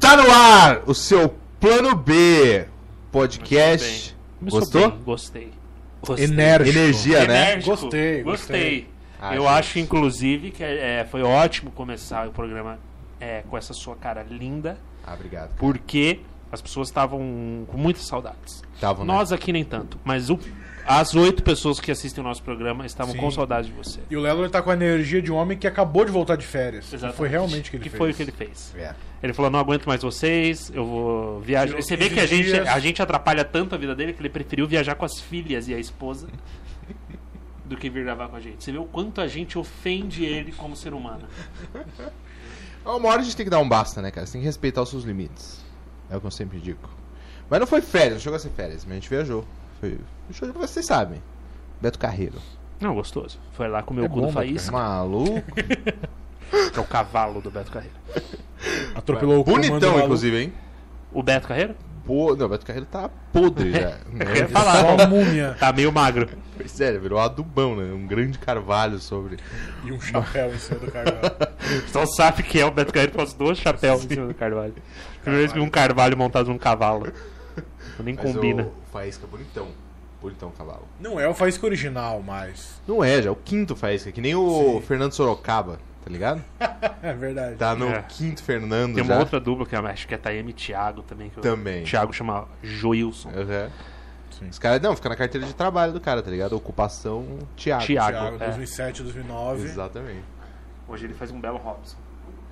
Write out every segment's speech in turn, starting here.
Tá no ar o seu Plano B podcast. Começou Gostou? bem, gostei. Gostei. Enérgico. Energia, né? Enérgico. Gostei, gostei. Gostei. Ah, eu gente. acho, inclusive, que é, foi ótimo começar o programa é, com essa sua cara linda, Ah, obrigado. porque as pessoas estavam com muitas saudades. Estavam, né? Nós aqui nem tanto, mas o- as oito pessoas que assistem o nosso programa estavam Sim. com saudade de você. E o Lelo ele tá com a energia de um homem que acabou de voltar de férias. Que Exatamente. Foi realmente o que ele fez. foi o que ele fez. É. Ele falou, não aguento mais vocês, eu vou viajar. Tirou Você vê 15 que a gente, dias. a gente atrapalha tanto a vida dele que ele preferiu viajar com as filhas e a esposa do que vir gravar com a gente. Você vê o quanto a gente ofende ele como ser humano. Uma hora a gente tem que dar um basta, né, cara? Você tem que respeitar os seus limites. É o que eu sempre digo. Mas não foi férias, não chegou a ser férias, mas a gente viajou. Foi um show que vocês sabem. Beto Carreiro. Não, gostoso. Foi lá comer É o cu bom, do Beto Faísca, Maluco. que é o cavalo do Beto Carreiro. Atropelou o comando Bonitão, maluco. inclusive, hein? O Beto Carreiro? Pô, não, o Beto Carreiro tá podre já. Eu ia né? falar, Só né? múmia tá meio magro. Sério, virou adubão, né? Um grande carvalho sobre. e um chapéu em cima do carvalho. Só sabe que é o Beto Carreiro com os dois chapéus em cima do carvalho. Primeira vez que vi um carvalho montado num cavalo. Nem Mas combina. O Faísca é bonitão. Bonitão o cavalo. Não é o faísca original, mas. Não é, já. é O quinto Faísca, que nem o Fernando Sorocaba, tá ligado? É verdade. Tá no É. quinto Fernando Tem já. uma outra dupla que eu acho que é Taeme e Thiago também. Que Também. O Thiago chama Joilson. Uhum. Sim. Os caras, não, fica na carteira de trabalho do cara, tá ligado? Ocupação Thiago. Thiago. Thiago, tá. é. 2007, 2009. Exatamente. Hoje ele faz um belo Robson.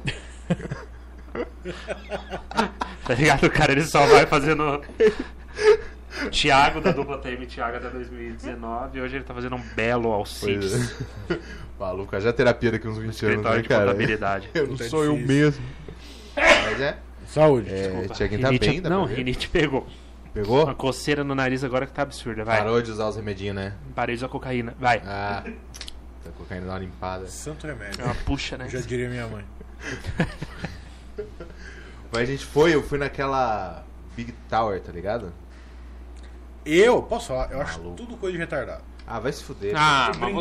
tá ligado? O cara ele só vai fazendo. Thiago da dupla Taeme e Thiago até 2019. Hoje ele tá fazendo um belo Alcides. Pois é. Maluco, já terapia daqui uns 20 anos, Escritório né, de cara? contabilidade. Eu não Tá sou eu difícil. mesmo. Mas é. Saúde. é Opa, Tiaguinho tá rinite- bem, dá Não, pra ver. rinite pegou. Uma Pegou? coceira no nariz agora que tá absurda, vai. Parou de usar os remedinhos, né? Parei de usar cocaína. Vai. Ah, tá colocando uma limpada. Santo remédio. É uma puxa, né? Já diria minha mãe. Mas a gente foi, eu fui naquela Big Tower, tá ligado? Eu, posso falar, eu acho Maluco. tudo coisa de retardado. Ah, vai se fuder. Ah, mas Brinquedo.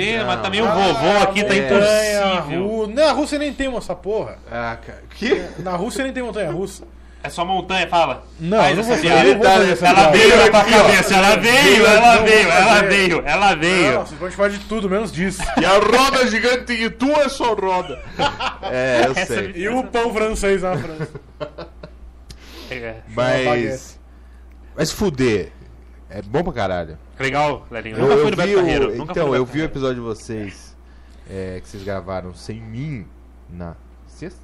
você, mas também o Não. vovô aqui tá É. Montanha impossível. ru- Na Rússia nem tem essa porra. Ah, cara. Que? Na Rússia nem tem montanha russa. É só montanha, fala. Não, Faz eu não essa vou fazer, piada. eu não vou fazer essa Ela piada. veio na tua Aqui, ó. cabeça, ela veio, ela Não, veio, não, ela não. veio, ela Não, veio. vocês podem falar de tudo, menos disso. E a roda gigante e tu é só roda. É, eu Essa sei. E o pão francês na França. É. Mas. Mas fuder. É bom pra caralho. Legal, Lelinho. Eu, Nunca eu fui no Beto vi o, Carreiro. nunca fui então, no eu Beto vi o Carreiro. episódio de vocês é, que vocês gravaram sem mim na sexta.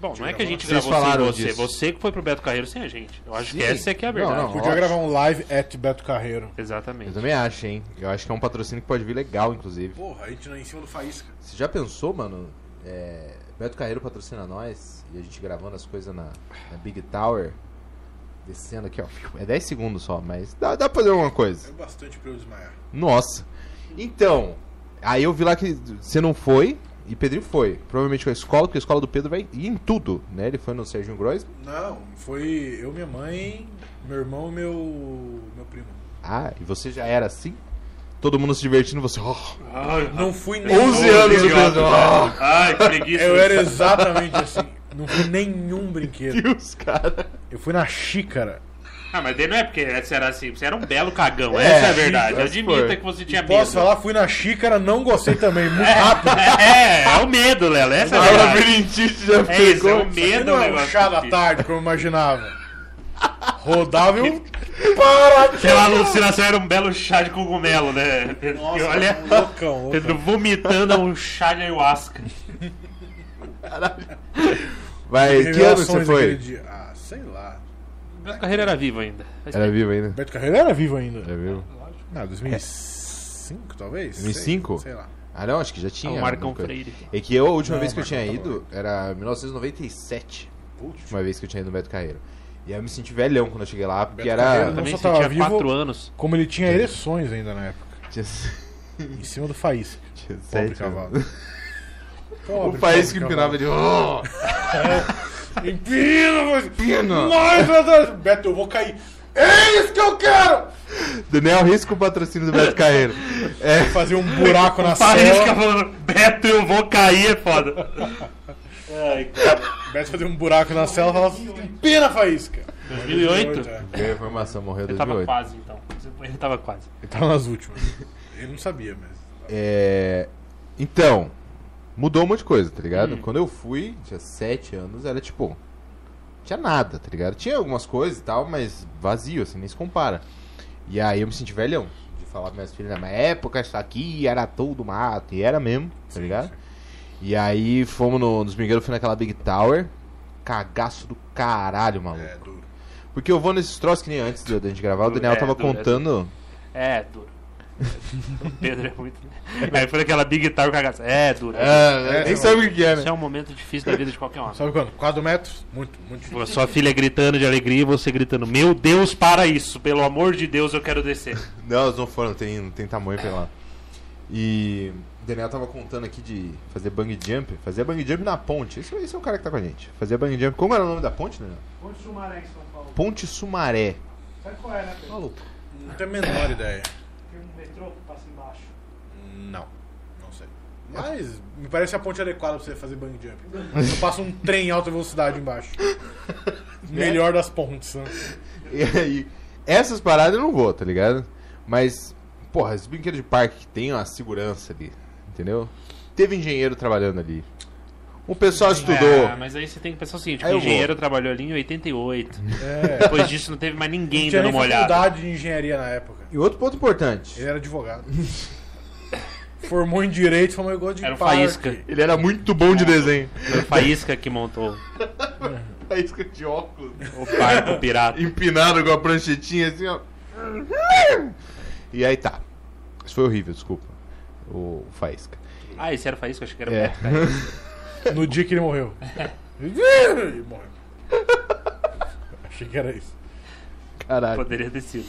Bom, não é que a gente Vocês gravou sem falaram você. disso. Você que foi pro Beto Carreiro sem a gente. Eu acho Sim. que essa é que é a Não, verdade. não. Podia Nossa. gravar um live at Beto Carreiro. Eu Exatamente. também acho, hein? Eu acho que é um patrocínio que pode vir legal, inclusive. Porra, a gente não é em cima do faísca. Você já pensou, mano? É, Beto Carreiro patrocina nós e a gente gravando as coisas na, na Big Tower. Descendo aqui, ó. É 10 segundos só, mas dá, dá pra fazer alguma coisa. É bastante pra eu desmaiar. Nossa. Então, aí eu vi lá que você não foi e Pedrinho foi. Provavelmente com a escola, porque a escola do Pedro vai ir em tudo, né? Ele foi no Serginho Grois. Não, foi eu, minha mãe, meu irmão e meu, meu primo. Ah, e você já era assim? Todo mundo se divertindo, você. Oh, Ah, Não fui nem... 11 anos o Pedro. Oh, Ai, que preguiça. Eu era exatamente assim. Não fui nenhum brinquedo. Deus, cara. Eu fui na xícara. Ah, mas daí não é porque você era assim. Você era um belo cagão. É, essa é a verdade. Jesus, Admita foi. que você tinha medo. Posso falar, fui na xícara, não gostei também. Muito rápido. É, é o medo, Lela. Essa é a Agora verdade. labirintite já É isso, é pegou. o E medo não do é um negócio. chá da difícil. tarde, como eu imaginava. Rodava e eu... Pela alucinação era um belo chá de cogumelo, né? E olha, loucão, loucão. Pedro vomitando um chá de ayahuasca. Vai, que ano Revelações você daquele foi? dia. Ah, sei lá. Beto Carreiro era vivo ainda. Era vivo ainda. Beto Carreiro era vivo ainda. É. Era vivo. Não, 2005 talvez? 2005? Sei, sei lá. Ah, não, acho que já tinha. é o Marcão alguma coisa. Freire. É que eu, a última Não, vez que eu Marcão tinha tá ido era 1997. Putz, Última vez que eu tinha ido no Beto Carreiro. E aí eu me senti velhão quando eu cheguei lá, porque Beto era. Carreiro Também só você tava tinha vivo- 4 anos. como ele tinha ereções ainda na época. Tinha, Em cima do Faísca. tinha Pobre sete cavalo. anos. Pobre, O país que pobre empinava de. Oh, cavalo. Empina, mas... pino! Nós, meu Deus. Beto, eu vou cair. É isso que eu quero! Daniel risco o patrocínio do Beto Carreiro. É. Fazer um buraco na Faísca cela. falando, Beto, eu vou cair, é foda. Ai, cara. Beto fazia um buraco na cela e falava, pena faísca. 2008? É. Veio a informação, morreu em Ele tava 2008. quase, então. Ele tava quase. Ele tava nas últimas. Ele não sabia, mas. É, Então, mudou um monte de coisa, tá ligado? Quando eu fui, tinha 7 anos, era tipo. Tinha nada, tá ligado? Tinha algumas coisas e tal, mas vazio, assim, nem se compara. E aí eu me senti velhão. De falar pra minhas filhas, na minha época isso aqui era todo mato. E era mesmo, tá ligado? E aí fomos no, nos Miguel, fui naquela Big Tower. Cagaço do caralho, maluco. É duro. Porque eu vou nesses troços que nem antes da gente gravar, o Duro, Daniel é, tava duro, é duro. contando. É, duro. o Pedro é muito. Aí foi aquela Big Tower cagaça. É, duro. É, é, nem sabe o que é, né? Isso é um momento difícil da vida de qualquer um. Sabe quando? 4 metros? Muito, muito difícil. Pô, Sua filha gritando de alegria e você gritando: Meu Deus, para isso! Pelo amor de Deus, eu quero descer. Não, eles não foram, não tem, não tem tamanho pra ir lá. E o Daniel tava contando aqui de fazer bang jump. Fazia bang jump na ponte. Esse, esse é o cara que tá com a gente. Fazia bang jump. Como era o nome da ponte, Daniel? Ponte Sumaré em São Paulo. Ponte Sumaré. Sabe qual é, né, Pedro? Maluco. Não tenho a menor ideia. Tem um metrô que passa embaixo. Não. Não sei. Mas me parece a ponte adequada pra você fazer bang jump. Eu passo um trem em alta velocidade embaixo. Melhor das pontes. né? E aí, essas paradas eu não vou, tá ligado? Mas, porra, esse brinquedo de parque que tem uma segurança ali, entendeu? Teve engenheiro trabalhando ali. O pessoal estudou. Ah, mas aí você tem que pensar o seguinte: Aí o eu vou. engenheiro trabalhou ali em 88. É. Depois disso, não teve mais ninguém Não tinha dando nem uma olhada. faculdade de engenharia na época. E outro ponto importante. Ele era advogado. Formou em direito, formou igual de Era um parque. faísca. Ele era muito bom de desenho. Foi o Faísca que montou Faísca de óculos. o barco pirata. empinado com a pranchetinha assim, ó. E aí tá. Isso foi horrível, desculpa. O Faísca. Ah, esse era o Faísca, eu achei que era o É. Beto, cara. No dia que ele morreu. e morreu. Achei que era isso. Caralho. Poderia ter sido.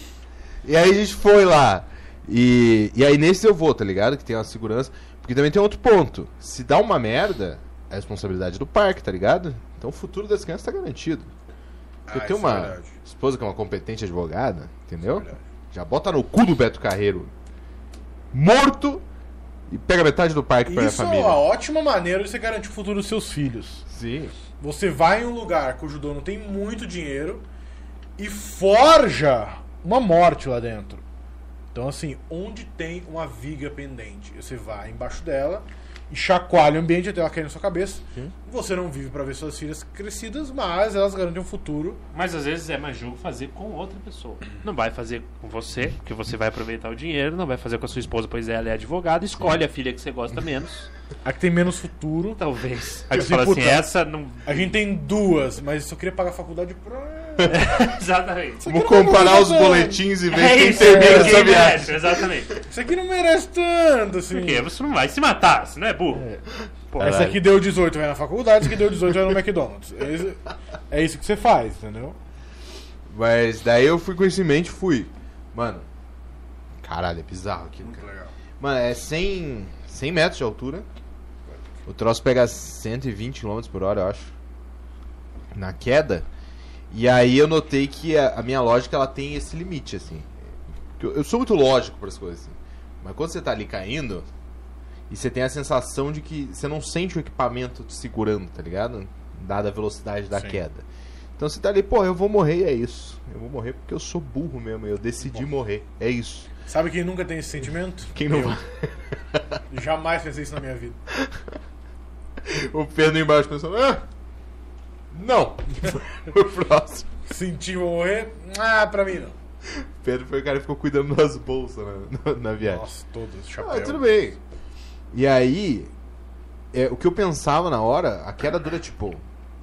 E aí a gente foi lá. E, e aí nesse eu vou, tá ligado? Que tem uma segurança. Porque também tem outro ponto. Se dá uma merda, é responsabilidade do parque, tá ligado? Então o futuro das crianças tá garantido. Porque Ah, tem isso é uma verdade. é esposa que é uma competente advogada, entendeu? verdade. Já bota no cu do Beto Carreiro. Morto. E pega metade do parque pra Isso é família. uma ótima maneira de você garantir o futuro dos seus filhos. Sim. Você vai em um lugar cujo dono tem muito dinheiro e forja uma morte lá dentro. Então, assim, onde tem uma viga pendente, você vai embaixo dela e chacoalha o ambiente até ela cair na sua cabeça. Você não vive pra ver suas filhas crescidas, mas elas garantem um futuro. Mas às vezes é mais jogo fazer com outra pessoa. Não vai fazer com você, porque você vai aproveitar o dinheiro, não vai fazer com a sua esposa, pois ela é advogada, escolhe a filha que você gosta menos. A que tem menos futuro. Talvez. Aí Eu você sei, fala assim, puta. essa não. A gente tem duas, mas eu só queria pagar a faculdade pra. Exatamente. Vamos comparar os boletins e ver É quem isso, tem medo é dessa quem viagem. merece, exatamente. Isso aqui não merece tanto, assim. Porque você não vai se matar, você não é burro. Essa aqui deu 18, vai na faculdade, essa aqui deu 18, vai no McDonald's. É isso, é isso que você faz, entendeu? Mas daí eu fui com isso em mente e fui. Mano, caralho, é bizarro aquilo, cara. legal. Mano, é 100, 100 metros de altura. O troço pega 120 km por hora, eu acho. Na queda. E aí eu notei que a, a minha lógica ela tem esse limite, assim. Porque Eu, eu sou muito lógico para as coisas, assim. Mas quando você tá ali caindo e você tem a sensação de que você não sente o equipamento te segurando, tá ligado? Dada a velocidade da Sim. queda. Então você tá ali, pô, eu vou morrer e é isso. Eu vou morrer porque eu sou burro mesmo, eu decidi morrer. É isso. Sabe quem nunca tem esse sentimento? Quem não Eu. vai? Jamais pensei isso na minha vida. O Pedro embaixo pensando, ah, não. o próximo. Senti que vou morrer? Ah, pra mim não. O Pedro foi o cara que ficou cuidando das bolsas na, na- na viagem. Nossa, todas, chapéu. ah, tudo bem. E aí, é, o que eu pensava na hora, a queda dura tipo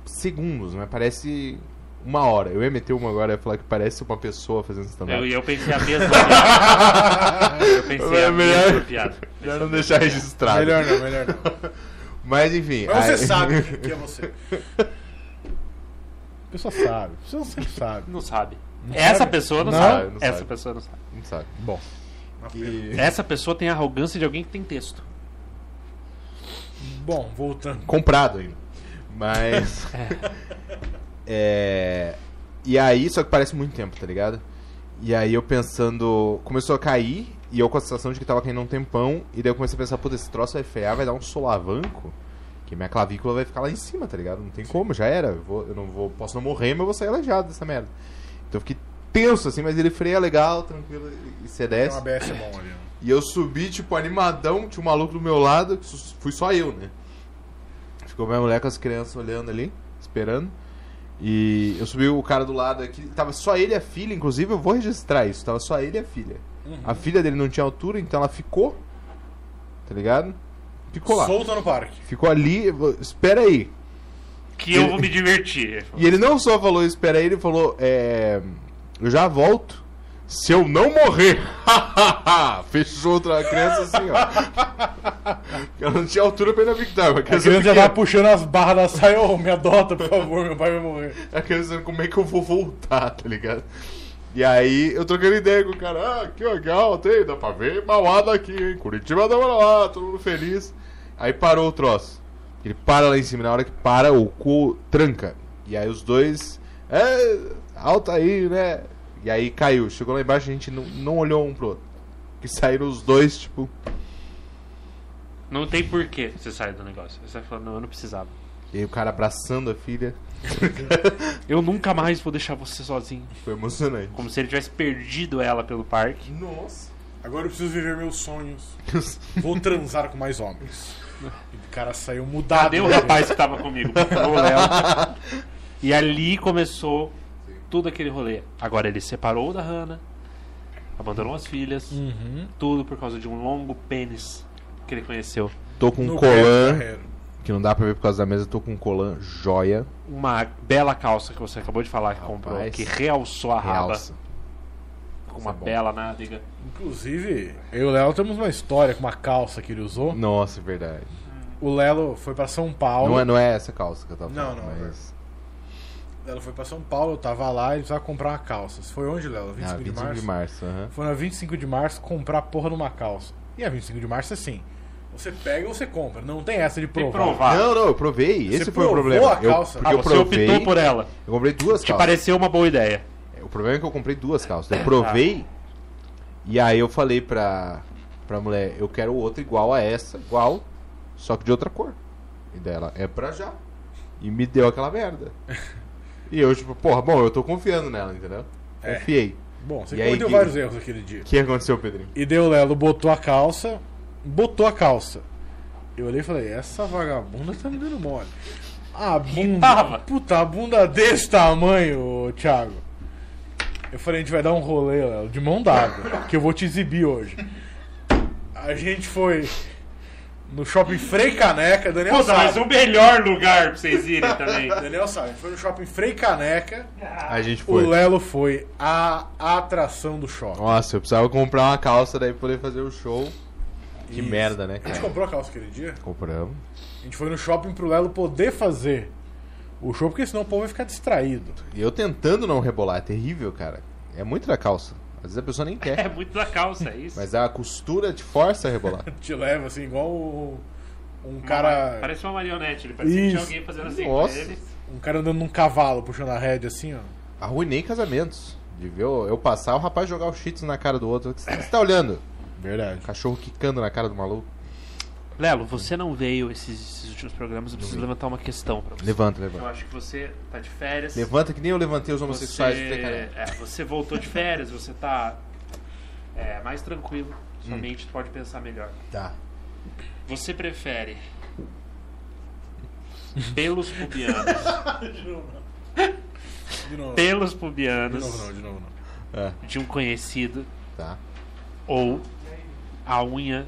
segundos, mas parece uma hora. Eu ia meter uma agora e ia falar que parece uma pessoa fazendo Eu, stand-up. eu pensei a mesma piada. Eu pensei É a melhor- mesma piada. Melhor não deixar registrado. Melhor não, melhor não. Mas enfim. Mas você aí- sabe que é você. A pessoa sabe, a pessoa sempre sabe. Não sabe. Essa sabe? pessoa não, Não? sabe. Não Essa sabe. pessoa não sabe. Não sabe. Bom. E- Essa pessoa tem a arrogância de alguém que tem texto. Bom, voltando. comprado ainda. Mas. é. E aí, só que parece muito tempo, tá ligado? E aí eu pensando. Começou a cair, e é eu com a sensação de que tava caindo há um tempão, e daí eu comecei a pensar, puta, esse troço vai frear, vai dar um solavanco. Porque minha clavícula vai ficar lá em cima, tá ligado? Não tem como, já era. Eu, vou- eu não vou, posso não morrer, mas eu vou sair aleijado dessa merda. Então eu fiquei tenso, assim, mas ele freia legal, tranquilo, e você Tem um desce. uma ABS bom ali. né? E eu subi, tipo, animadão, tinha um maluco do meu lado, que su- fui só eu, né? Ficou minha mulher com as crianças olhando ali, esperando. E eu subi o cara do lado aqui, tava só ele e a filha, inclusive eu vou registrar isso, tava só ele e a filha. A filha dele não tinha altura, então ela ficou, tá ligado? Ficou lá. Solta no parque. Ficou ali, eu vou- espera aí. Que eu vou me divertir. E ele não só falou, espera aí, ele falou, é. Eu já volto. Se eu não morrer! Fechou outra criança assim, ó. Ela não tinha altura pra ir na Big Time. A A criança, criança já pequena. tava puxando as barras da saia. Ô, me adota, por favor, meu pai vai morrer. A criança, como é que eu vou voltar, tá ligado? E aí, eu trocando ideia com o cara, ah, que legal, tem, dá pra ver Mauá daqui, hein? Curitiba dá pra lá, todo mundo feliz. Aí parou o troço. Ele para lá em cima, na hora que para, o cu tranca. E aí os dois, é, alta aí, né? E aí caiu, chegou lá embaixo, a gente não, não olhou um pro outro. Que saíram os dois, tipo, Não tem porquê você sair do negócio. Você vai falar, não, eu não precisava. e aí o cara abraçando a filha. Eu nunca mais vou deixar você sozinho. Foi emocionante. Como se ele tivesse perdido ela pelo parque. Nossa. Agora eu preciso viver meus sonhos. Vou transar com mais homens. E o cara saiu mudado. Cadê o né? rapaz que tava comigo? Procurou ela. E ali começou tudo aquele rolê. Agora ele separou da Hannah, abandonou as filhas, Uhum. tudo por causa de um longo pênis que ele conheceu. Tô com um No colan. Beto que não dá pra ver por causa da mesa, eu tô com um colan joia, Uma bela calça que você acabou de falar que comprou, Rapaz. que realçou a raba realça. com Isso uma é bom. bela nádega. Inclusive, eu e o Léo temos uma história com uma calça que ele usou. Nossa, é verdade. O Lelo foi pra São Paulo. Não é, não é essa calça que eu tava Não, falando, não, mas... O Lelo foi pra São Paulo, eu tava lá e precisava comprar uma calça. Isso foi onde, Lelo? 25, Ah, 25 de março? de março, aham. Foi na 25 de março comprar a porra numa calça. E a 25 de março é assim. Você pega ou você compra. Não tem essa de E provar. provar. Não, não, eu provei, Ah. Você esse foi o provou problema. a Eu- calça? porque Ah, eu você provei, Tá. optou por ela. eu comprei duas Te calças. pareceu uma boa ideia. O problema é que eu comprei duas calças, eu provei, e aí eu falei pra, pra mulher, eu quero outra igual a essa, igual, só que de outra cor. E dela, é pra já. E me deu aquela merda. E eu, tipo, porra, bom, eu tô confiando nela, entendeu? É. Confiei. Bom, você E aí, cometeu Gui? vários erros aquele dia. O que aconteceu, Pedrinho? E deu o Lelo, botou a calça, botou a calça. Eu olhei e falei, essa vagabunda tá me dando mole. A bunda. tava. Puta, a bunda desse tamanho, ô, Thiago. Eu falei, a gente vai dar um rolê, Lelo, de mão dada, que eu vou te exibir hoje. A gente foi no shopping Frei Caneca, Daniel Puta, sabe. mas o melhor lugar pra vocês irem também. Daniel sabe, a gente foi no shopping Frei Caneca. A gente Ah, O foi. Lelo foi a atração do shopping. Nossa, eu precisava comprar uma calça daí pra poder fazer o show. Que E merda, né, A gente cara? comprou a calça aquele dia? Compramos. A gente foi no shopping pro Lelo poder fazer o show, porque senão o povo vai ficar distraído. E eu tentando não rebolar, é terrível, cara. É muito da calça. Às vezes a pessoa nem É quer. muito da calça, é isso. Mas a costura te força a rebolar. Te leva assim, igual o- um Uma- cara. Parece uma marionete, ele parece que Isso. tinha alguém fazendo assim Nossa. com ele. Um cara andando num cavalo, puxando a rédea assim, ó. Arruinei casamentos. De ver eu eu passar, o rapaz jogar o cheats na cara do outro. O que você tá olhando? Verdade. Cachorro quicando na cara do maluco. Lelo, você não veio esses, esses últimos programas, eu preciso levantar uma questão pra você. Levanta, Eu levanta. acho que você tá de férias. Levanta que nem eu levantei os você, homossexuais. né, do é, Tecareca. você voltou de férias, você tá é, mais tranquilo, Hum. sua mente pode pensar melhor. Tá. Você prefere pelos pubianos, De novo. De pelos novo, pubianos não, de novo, não. É, de um conhecido tá. ou a unha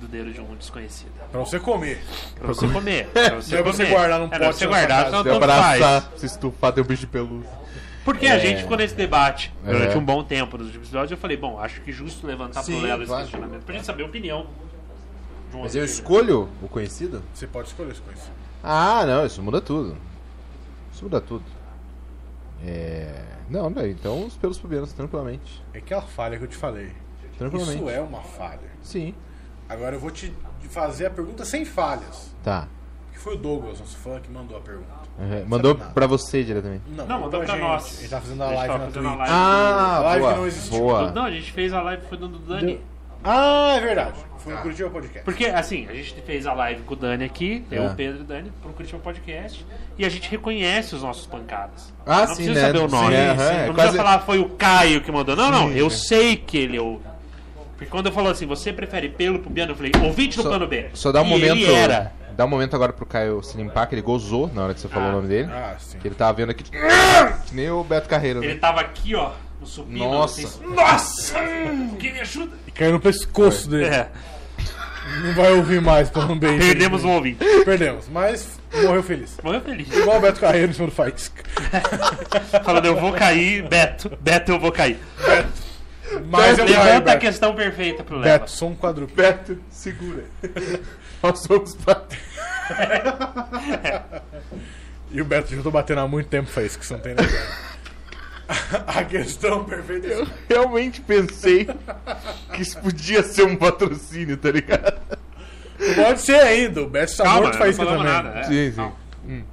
do dedo de um desconhecido? Pra você comer. Pra você comer. Pra Não você, é pra você comer. guardar num É pra pote você na sua guardar, casa. senão Se tanto faz. abraçar, se estufar, tem um bicho de pelúcia. Porque a gente ficou nesse debate durante É. um bom tempo nos últimos episódios. Eu falei, bom, acho que é justo levantar Sim, pro Lelo esse claro. questionamento. Pra gente saber a opinião. de um Mas outro eu filho. escolho o conhecido? Você pode escolher as coisas. Ah, não, isso muda tudo. Isso muda tudo. É. Não, velho, então os pelos pubianos, tranquilamente. É aquela falha que eu te falei. Tranquilamente. Isso é uma falha. Sim. Agora eu vou te fazer a pergunta sem falhas. Tá. Que foi o Douglas, nosso fã, que mandou a pergunta. Uhum. Mandou nada. pra você diretamente. Não, mandou pra gente. nós. Ele tá fazendo a Ele live tava na fazendo a Twitch. live Ah, Live boa. que não existiu. boa. Não, a gente fez a live foi do Dani. Ah, é verdade. Foi no Curitiba Podcast. Tá. Porque, assim, a gente fez a live com o Dani aqui, eu, É. o Pedro e o Dani, pro Curitiba Podcast, e a gente reconhece os nossos pancadas. Ah, não sim, precisa né? saber o Sim, nome. aham, não é precisa quase- falar, foi o Caio que mandou. Não, não, Sim, é. eu sim. sei que ele ouve. Porque quando eu falo assim, você prefere pelo pro piano, eu falei, ouvinte do Só- plano B. Só dá um E momento. Ele era. Dá um momento agora pro Caio se limpar, que ele gozou na hora que você falou Ah. o nome dele. Ah, sim. Que ele tava vendo aqui. Que nem o Beto Carreiro, né? Ele tava aqui, ó, no supino. Nossa. assim, Nossa! hum, Quem me ajuda? E caiu no pescoço dele. É, Não vai ouvir mais pelo ambiente. perdemos um ouvinte. Perdemos, mas morreu feliz. Mas eu feliz. Igual o Beto Carreiro em cima do Faísca. Falando, eu vou cair, Beto. Beto, eu vou cair. Mas eu caí, Então, Levanta a Beto. questão perfeita pro Leva. Beto, sou um quadruplo. Beto, segura. Nós somos patrões. E o Beto já tô batendo há muito tempo, Faísca, você não tem noção. a questão perfeita é Eu realmente pensei que isso podia ser um patrocínio, tá ligado? Pode ser ainda, o Beto está morto, eu Faísca falava também. nada, é. Sim, sim. Não.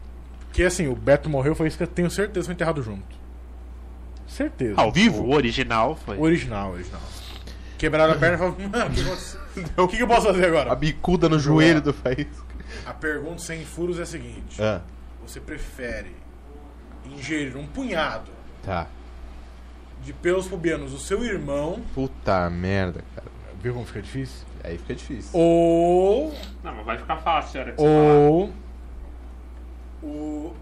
Que assim, o Beto morreu, foi isso que eu tenho certeza foi enterrado junto. Certeza. Ao vivo? Ah, O original foi. Original, original. Quebraram a perna e falaram, mano, o que aconteceu? o que, que eu posso fazer A agora? bicuda no joelho do Faísca. A pergunta sem furos é a seguinte: é. Ah, Você prefere ingerir um punhado tá. de pelos pubianos do seu irmão? Puta merda, cara. Viu como fica difícil? Aí fica difícil. Ou. Não, mas vai ficar fácil, a hora que você Ou. O,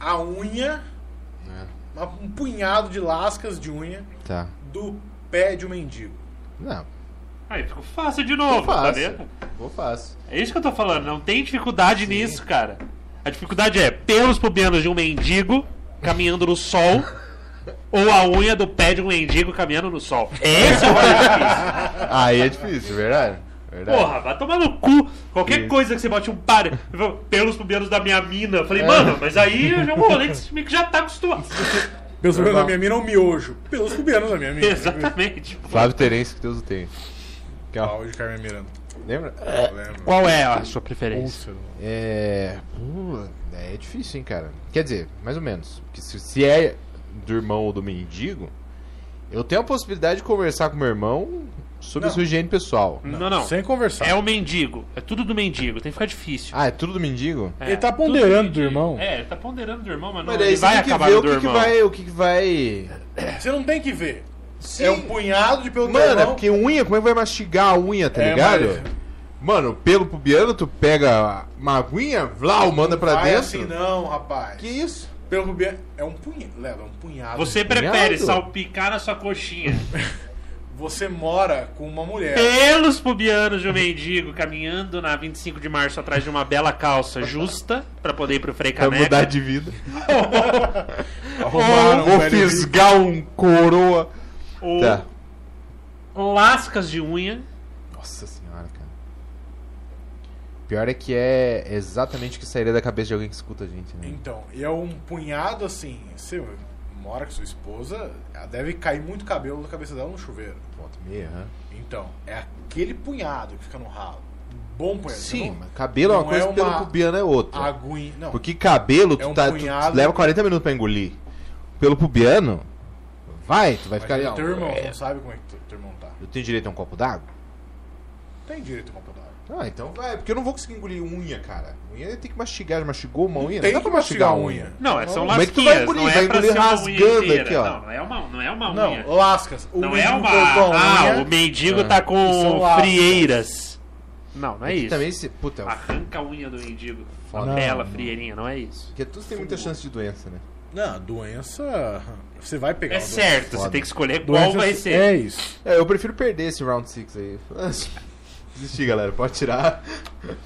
a a unha. uma- Um punhado de lascas de unha Tá. do pé de um mendigo. Não, falar. Aí ficou fácil de novo, tá fácil. vendo? Vou fácil. É isso que eu tô falando, não tem dificuldade nisso, cara. A dificuldade é pelos pubianos de um mendigo caminhando no sol ou a unha do pé de um mendigo caminhando no sol. Esse é o mais difícil. Aí é difícil, verdade. verdade. Porra, vai tomar no cu. Qualquer Isso. coisa que você bote um par, pelos pubianos da minha mina. Eu falei, É. mano, mas aí é um rolê que esse time que já tá acostumado. Pelos pubianos Normal. da minha mina é um miojo. Pelos pubianos da minha mina. Exatamente. Flávio Terence, que Deus o tenha. Que é uma- Pau de Carmen Miranda. Lembra? Eu lembro. Qual é a sua preferência? Úlcero. É. pô, É difícil, hein, cara. Quer dizer, mais ou menos. Porque se, se é do irmão ou do mendigo, eu tenho a possibilidade de conversar com meu irmão sobre Não. sua higiene pessoal. Não, não. Sem conversar. É um- o mendigo. É tudo do mendigo. Tem que ficar difícil. Ah, é tudo do mendigo? É, Ele tá tudo ponderando do mendigo. irmão. É, ele tá ponderando do irmão, mas não Mas ele daí você vai tem que acabar ver no o do que, que irmão. vai. O que, que vai. É. Você não tem que ver. Sim. É um punhado de pelo do Mano, é irmão. porque unha, como é que vai mastigar a unha, tá É, ligado? mas- Mano, pelo pubiano, tu pega uma aguinha, vlau, manda pra Vai dentro. assim não, rapaz. Que isso? Pelo pubiano. É um punhado. Leva, é um punhado. Você Punhado? prefere salpicar na sua coxinha Você mora com uma mulher. É, pelos pubianos de um mendigo caminhando na 25 de março atrás de uma bela calça justa pra poder ir pro Frei É Pra mudar Caneca? de vida. Arrumaram um Ou velho rico. fisgar um coroa. Ou Tá. lascas de unha? Nossa senhora, cara. Pior é que é exatamente o que sairia da cabeça de alguém que escuta a gente, né? Então, e é um punhado assim. Você mora com sua esposa, ela deve cair muito cabelo da cabeça dela no chuveiro. Volta e meia, hã? Então, é aquele punhado que fica no ralo. Um bom punhado. Sim, não, mas cabelo é uma não coisa, é pelo uma- pubiano é outra. Aguinha. Não. Porque cabelo, tu, É um tá, tu punhado. leva 40 minutos pra engolir. Pelo pubiano, vai, tu vai Mas ficar ali, ó. Teu irmão, você é, não sabe como é que teu- teu irmão tá. Eu tenho direito a um copo d'água? Tem direito a uma podada. Ah, então vai, porque eu não vou conseguir engolir unha, cara. Unha tem que mastigar, já mastigou uma unha? Tem não dá que pra mastigar mastigar a unha. unha. Não, é- são Como é que tu vai lasquinhas, engolir? não é Vai pra engolir ser uma unha rasgando inteira. aqui, ó. um Não, não é uma, não é uma Não, unha. lascas. O Não é mendigo uma. colocou a Ah, unha, o mendigo Ah. tá São com laços. frieiras. Não, não é É Ah, isso. Ah. Também se... Puta, é Arranca a unha do mendigo. Foda. Uma bela Não, não. frieirinha, não é isso. porque tu tem muita chance de doença, né? Não, doença. Você vai pegar. É uma doença. certo, você Foda. tem que escolher Doença qual vai É ser. isso. É, eu prefiro perder esse round 6 aí. Desistir, galera. Pode tirar.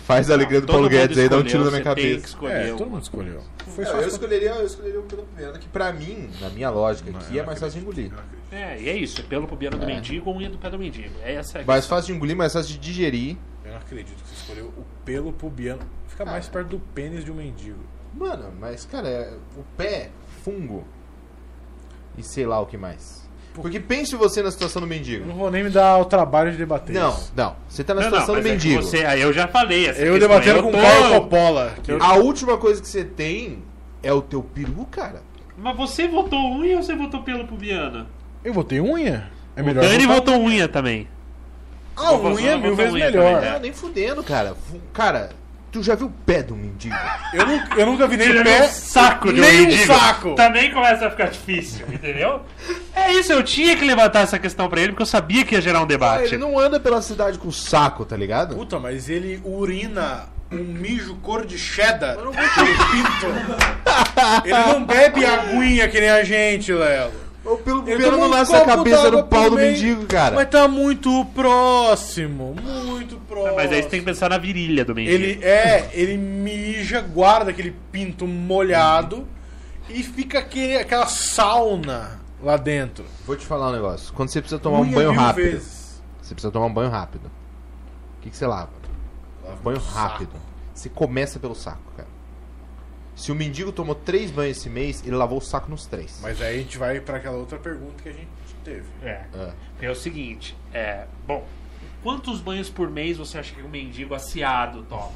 Faz a alegria do Tá, Todo Paulo mundo Guedes aí, dá um tiro na minha escolheu, você Tem que cabeça. escolher. um. É, todo mundo escolheu. Foi Não, eu escolheria, eu escolheria o pelo piano, que pra mim, na minha lógica aqui, é mais fácil de engolir. É, e é isso. É pelo pubiano do mendigo ou unha do pé do mendigo. É essa aqui. Mais fácil de engolir, mais fácil de digerir. Eu não acredito que você escolheu o pelo pubiano. Fica mais perto do pênis de um mendigo. Mano, mas cara, é- o pé, fungo e sei lá o que mais. Porque pense você na situação do Eu mendigo. não vou nem me dar o trabalho de debater Não, isso. não. Você tá na Não, não, situação mas do é que mendigo. você, então? aí eu já falei. Essa Eu questão. debatendo com o tô- Paulo Coppola. que- A última coisa que você tem é o teu peru, cara. Mas você votou unha ou você votou pelo pubiano? Eu votei unha? É O melhor. Dani votar- votou unha também. A Vou unha é vazar, mil vou vezes unha melhor. também, né? Não, Tá nem fudendo, cara. Fu- Cara, tu já viu o pé do mendigo? Ah, Eu, nu- eu nunca vi nem Tira o meu pé. saco de nem um mendigo. saco. Também começa a ficar difícil, entendeu? É isso, eu tinha que levantar essa questão pra ele porque eu sabia que ia gerar um Ah, debate. Ele não anda pela cidade com saco, tá ligado? Puta, mas ele urina um mijo cor de cheddar. Eu não vou pinto. Ele não bebe aguinha que nem a gente, Lelo. O pelo Ele pelo toma não um nasce a copo cabeça d'água no pau por do meio, mendigo, cara. Mas tá muito próximo, muito próximo. Mas aí você tem que pensar na virilha do mendigo. Ele é, ele mija, guarda aquele pinto molhado e fica aquele, aquela sauna lá dentro. Vou te falar um negócio. Quando você precisa tomar um Unha banho mil rápido, vezes. você precisa tomar um banho rápido. O que, que você lava? Lava Banho o saco. rápido. Você começa pelo saco, cara. Se o mendigo tomou três banhos esse mês, ele lavou o saco nos três. Mas aí a gente vai pra aquela outra pergunta que a gente teve. É. É. É o seguinte, é. Bom, quantos banhos por mês você acha que um mendigo aciado toma?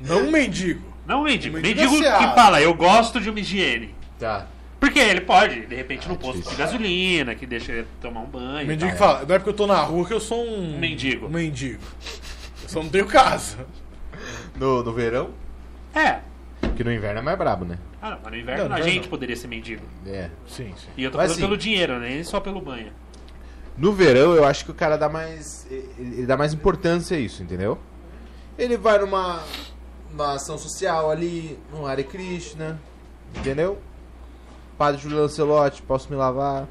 Não um mendigo. Não um mendigo. Um mendigo mendigo aciado. que fala, eu gosto de uma higiene. Tá. Porque ele pode, de repente, Ah, no é posto de difícil. gasolina, que deixa ele tomar um banho. Um e mendigo que tal. fala, não é porque eu tô na rua que eu sou um. Mendigo. Um mendigo. Eu só não tenho casa. No, no verão? É. Porque no inverno é mais brabo, né? Ah, não, mas no inverno Não, no a inverno gente não. poderia ser mendigo. É. Sim, sim. E eu tô Mas falando sim. pelo dinheiro, né? Nem só pelo banho. No verão, eu acho que o cara dá mais. Ele, ele dá mais importância a isso, entendeu? Ele vai numa. Uma ação social ali, no Hare Krishna, entendeu? Padre Juliano Lancelotti, posso me lavar.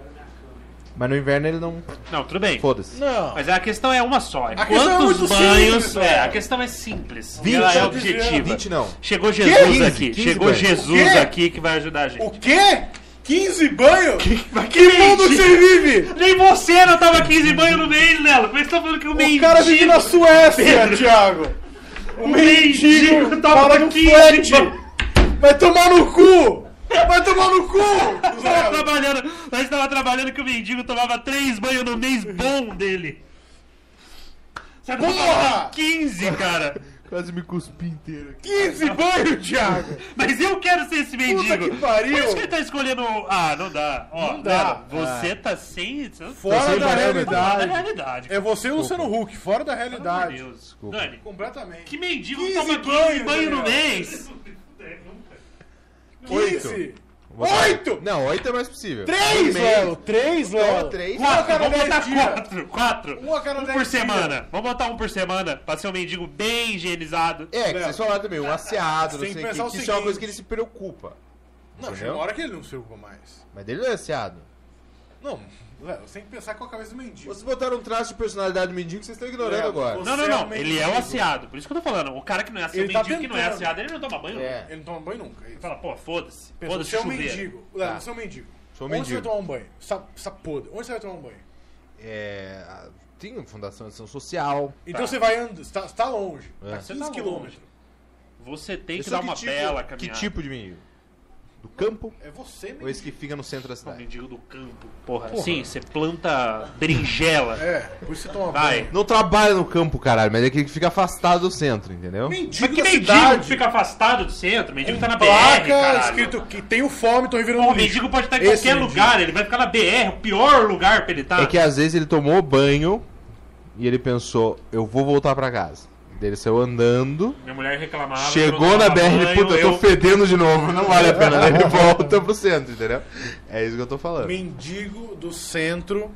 Mas no inverno ele não. Não, tudo bem. Foda-se. Não. Mas a questão é uma só. É A questão é quantos muito banhos. simples, é, velho. a questão é simples. Vinte, e ela é eu dizia, objetiva. 20 não. Chegou Jesus 15, aqui. 15 Chegou banhos. Jesus quê? aqui que vai ajudar a gente. O quê? 15 banhos? Que, que mundo mentira. você vive? Nem você não tava 15 banhos no mês, Lelo. Por isso tá falando que o O mendigo. cara é vive na Suécia, Thiago. O mendigo mendigo tá para no com 15 flat. banhos. Vai tomar no cu. Vai tomar no cu. Tava trabalhando, nós tava trabalhando que o mendigo tomava 3 banhos no mês bom dele. Você agora Porra! toma 15, cara. Quase me cuspi inteiro aqui. 15 banhos, Thiago. Mas eu quero ser esse mendigo. Puta que pariu. Por isso que ele tá escolhendo. o- Ah, não dá. Ó, Não dá. Lelo, você tá sem. você Fora tá sem da parâmetro. Fora da realidade. realidade. É você e o Luciano Huck, fora da Pelo amor de realidade. Deus. Desculpa. Dani, Completamente. que mendigo 15 toma 15 banhos, banhos no Daniel. mês? 15. Oito! Oito! Não, oito é mais possível. 3, Lelo. 3, Lelo. três. a Quatro, cada vamos dez botar dias. quatro. Quatro. Um a cada dez por dias. semana. Vamos botar um por semana pra ser um mendigo bem higienizado. É, que vocês falaram também, um asseado, não sei Tem o que que. pensar o que Isso é uma seguinte. coisa que ele se preocupa. Não, chega uma hora que ele não se preocupa mais. Mas dele não é asseado. Não, Léo, você tem que pensar com a cabeça do mendigo. Vocês botaram um traço de personalidade do mendigo que vocês estão ignorando É, agora. você- Não, não, é não. um Ele é o mendigo. aciado. Por isso que eu tô falando. O cara que não é aciado, o Ele tá mendigo que não é tentando. aciado, ele não toma banho. É. Ele não toma banho nunca. Ele fala, Fala, pô, foda-se. pensa, Foda-se, você é um chuveiro. mendigo. Léo, Tá. você é um mendigo. Sou um Onde você mendigo. vai tomar um banho? Essa, essa podre. Onde você vai tomar um banho? É, a- tem a Fundação de Ação Social. Então você vai andando, você tá, você tá longe. É. Tá Você 15 tá longe. quilômetros. Você tem Eu que sou dar uma tipo, bela Que caminhada. tipo de mendigo? Do campo É você, ou esse mendigo. que fica no centro da Pô, cidade? mendigo do campo. É. Porra, sim, você planta berinjela. É, por isso você toma Vai. banho. Não trabalha no campo, caralho, mas é aquele que fica afastado do centro, entendeu? Mas Mendigo que da mendigo cidade. que fica afastado do centro? Mendigo É, tá na BR, placa caralho. escrito que tenho fome, tô revirando Porra, um o mendigo pode estar em Esse qualquer mendigo. lugar, ele vai ficar na BR, o pior lugar pra ele tá. estar. É que às vezes ele tomou banho e ele pensou, eu vou voltar pra casa. Daí Ele saiu andando, Minha mulher reclamava. que chegou Ah, eu não na tomava BR, banho, puta, eu eu tô fedendo de novo, não vale a pena. Daí ele volta pro centro, entendeu? É isso que eu tô falando. Mendigo do centro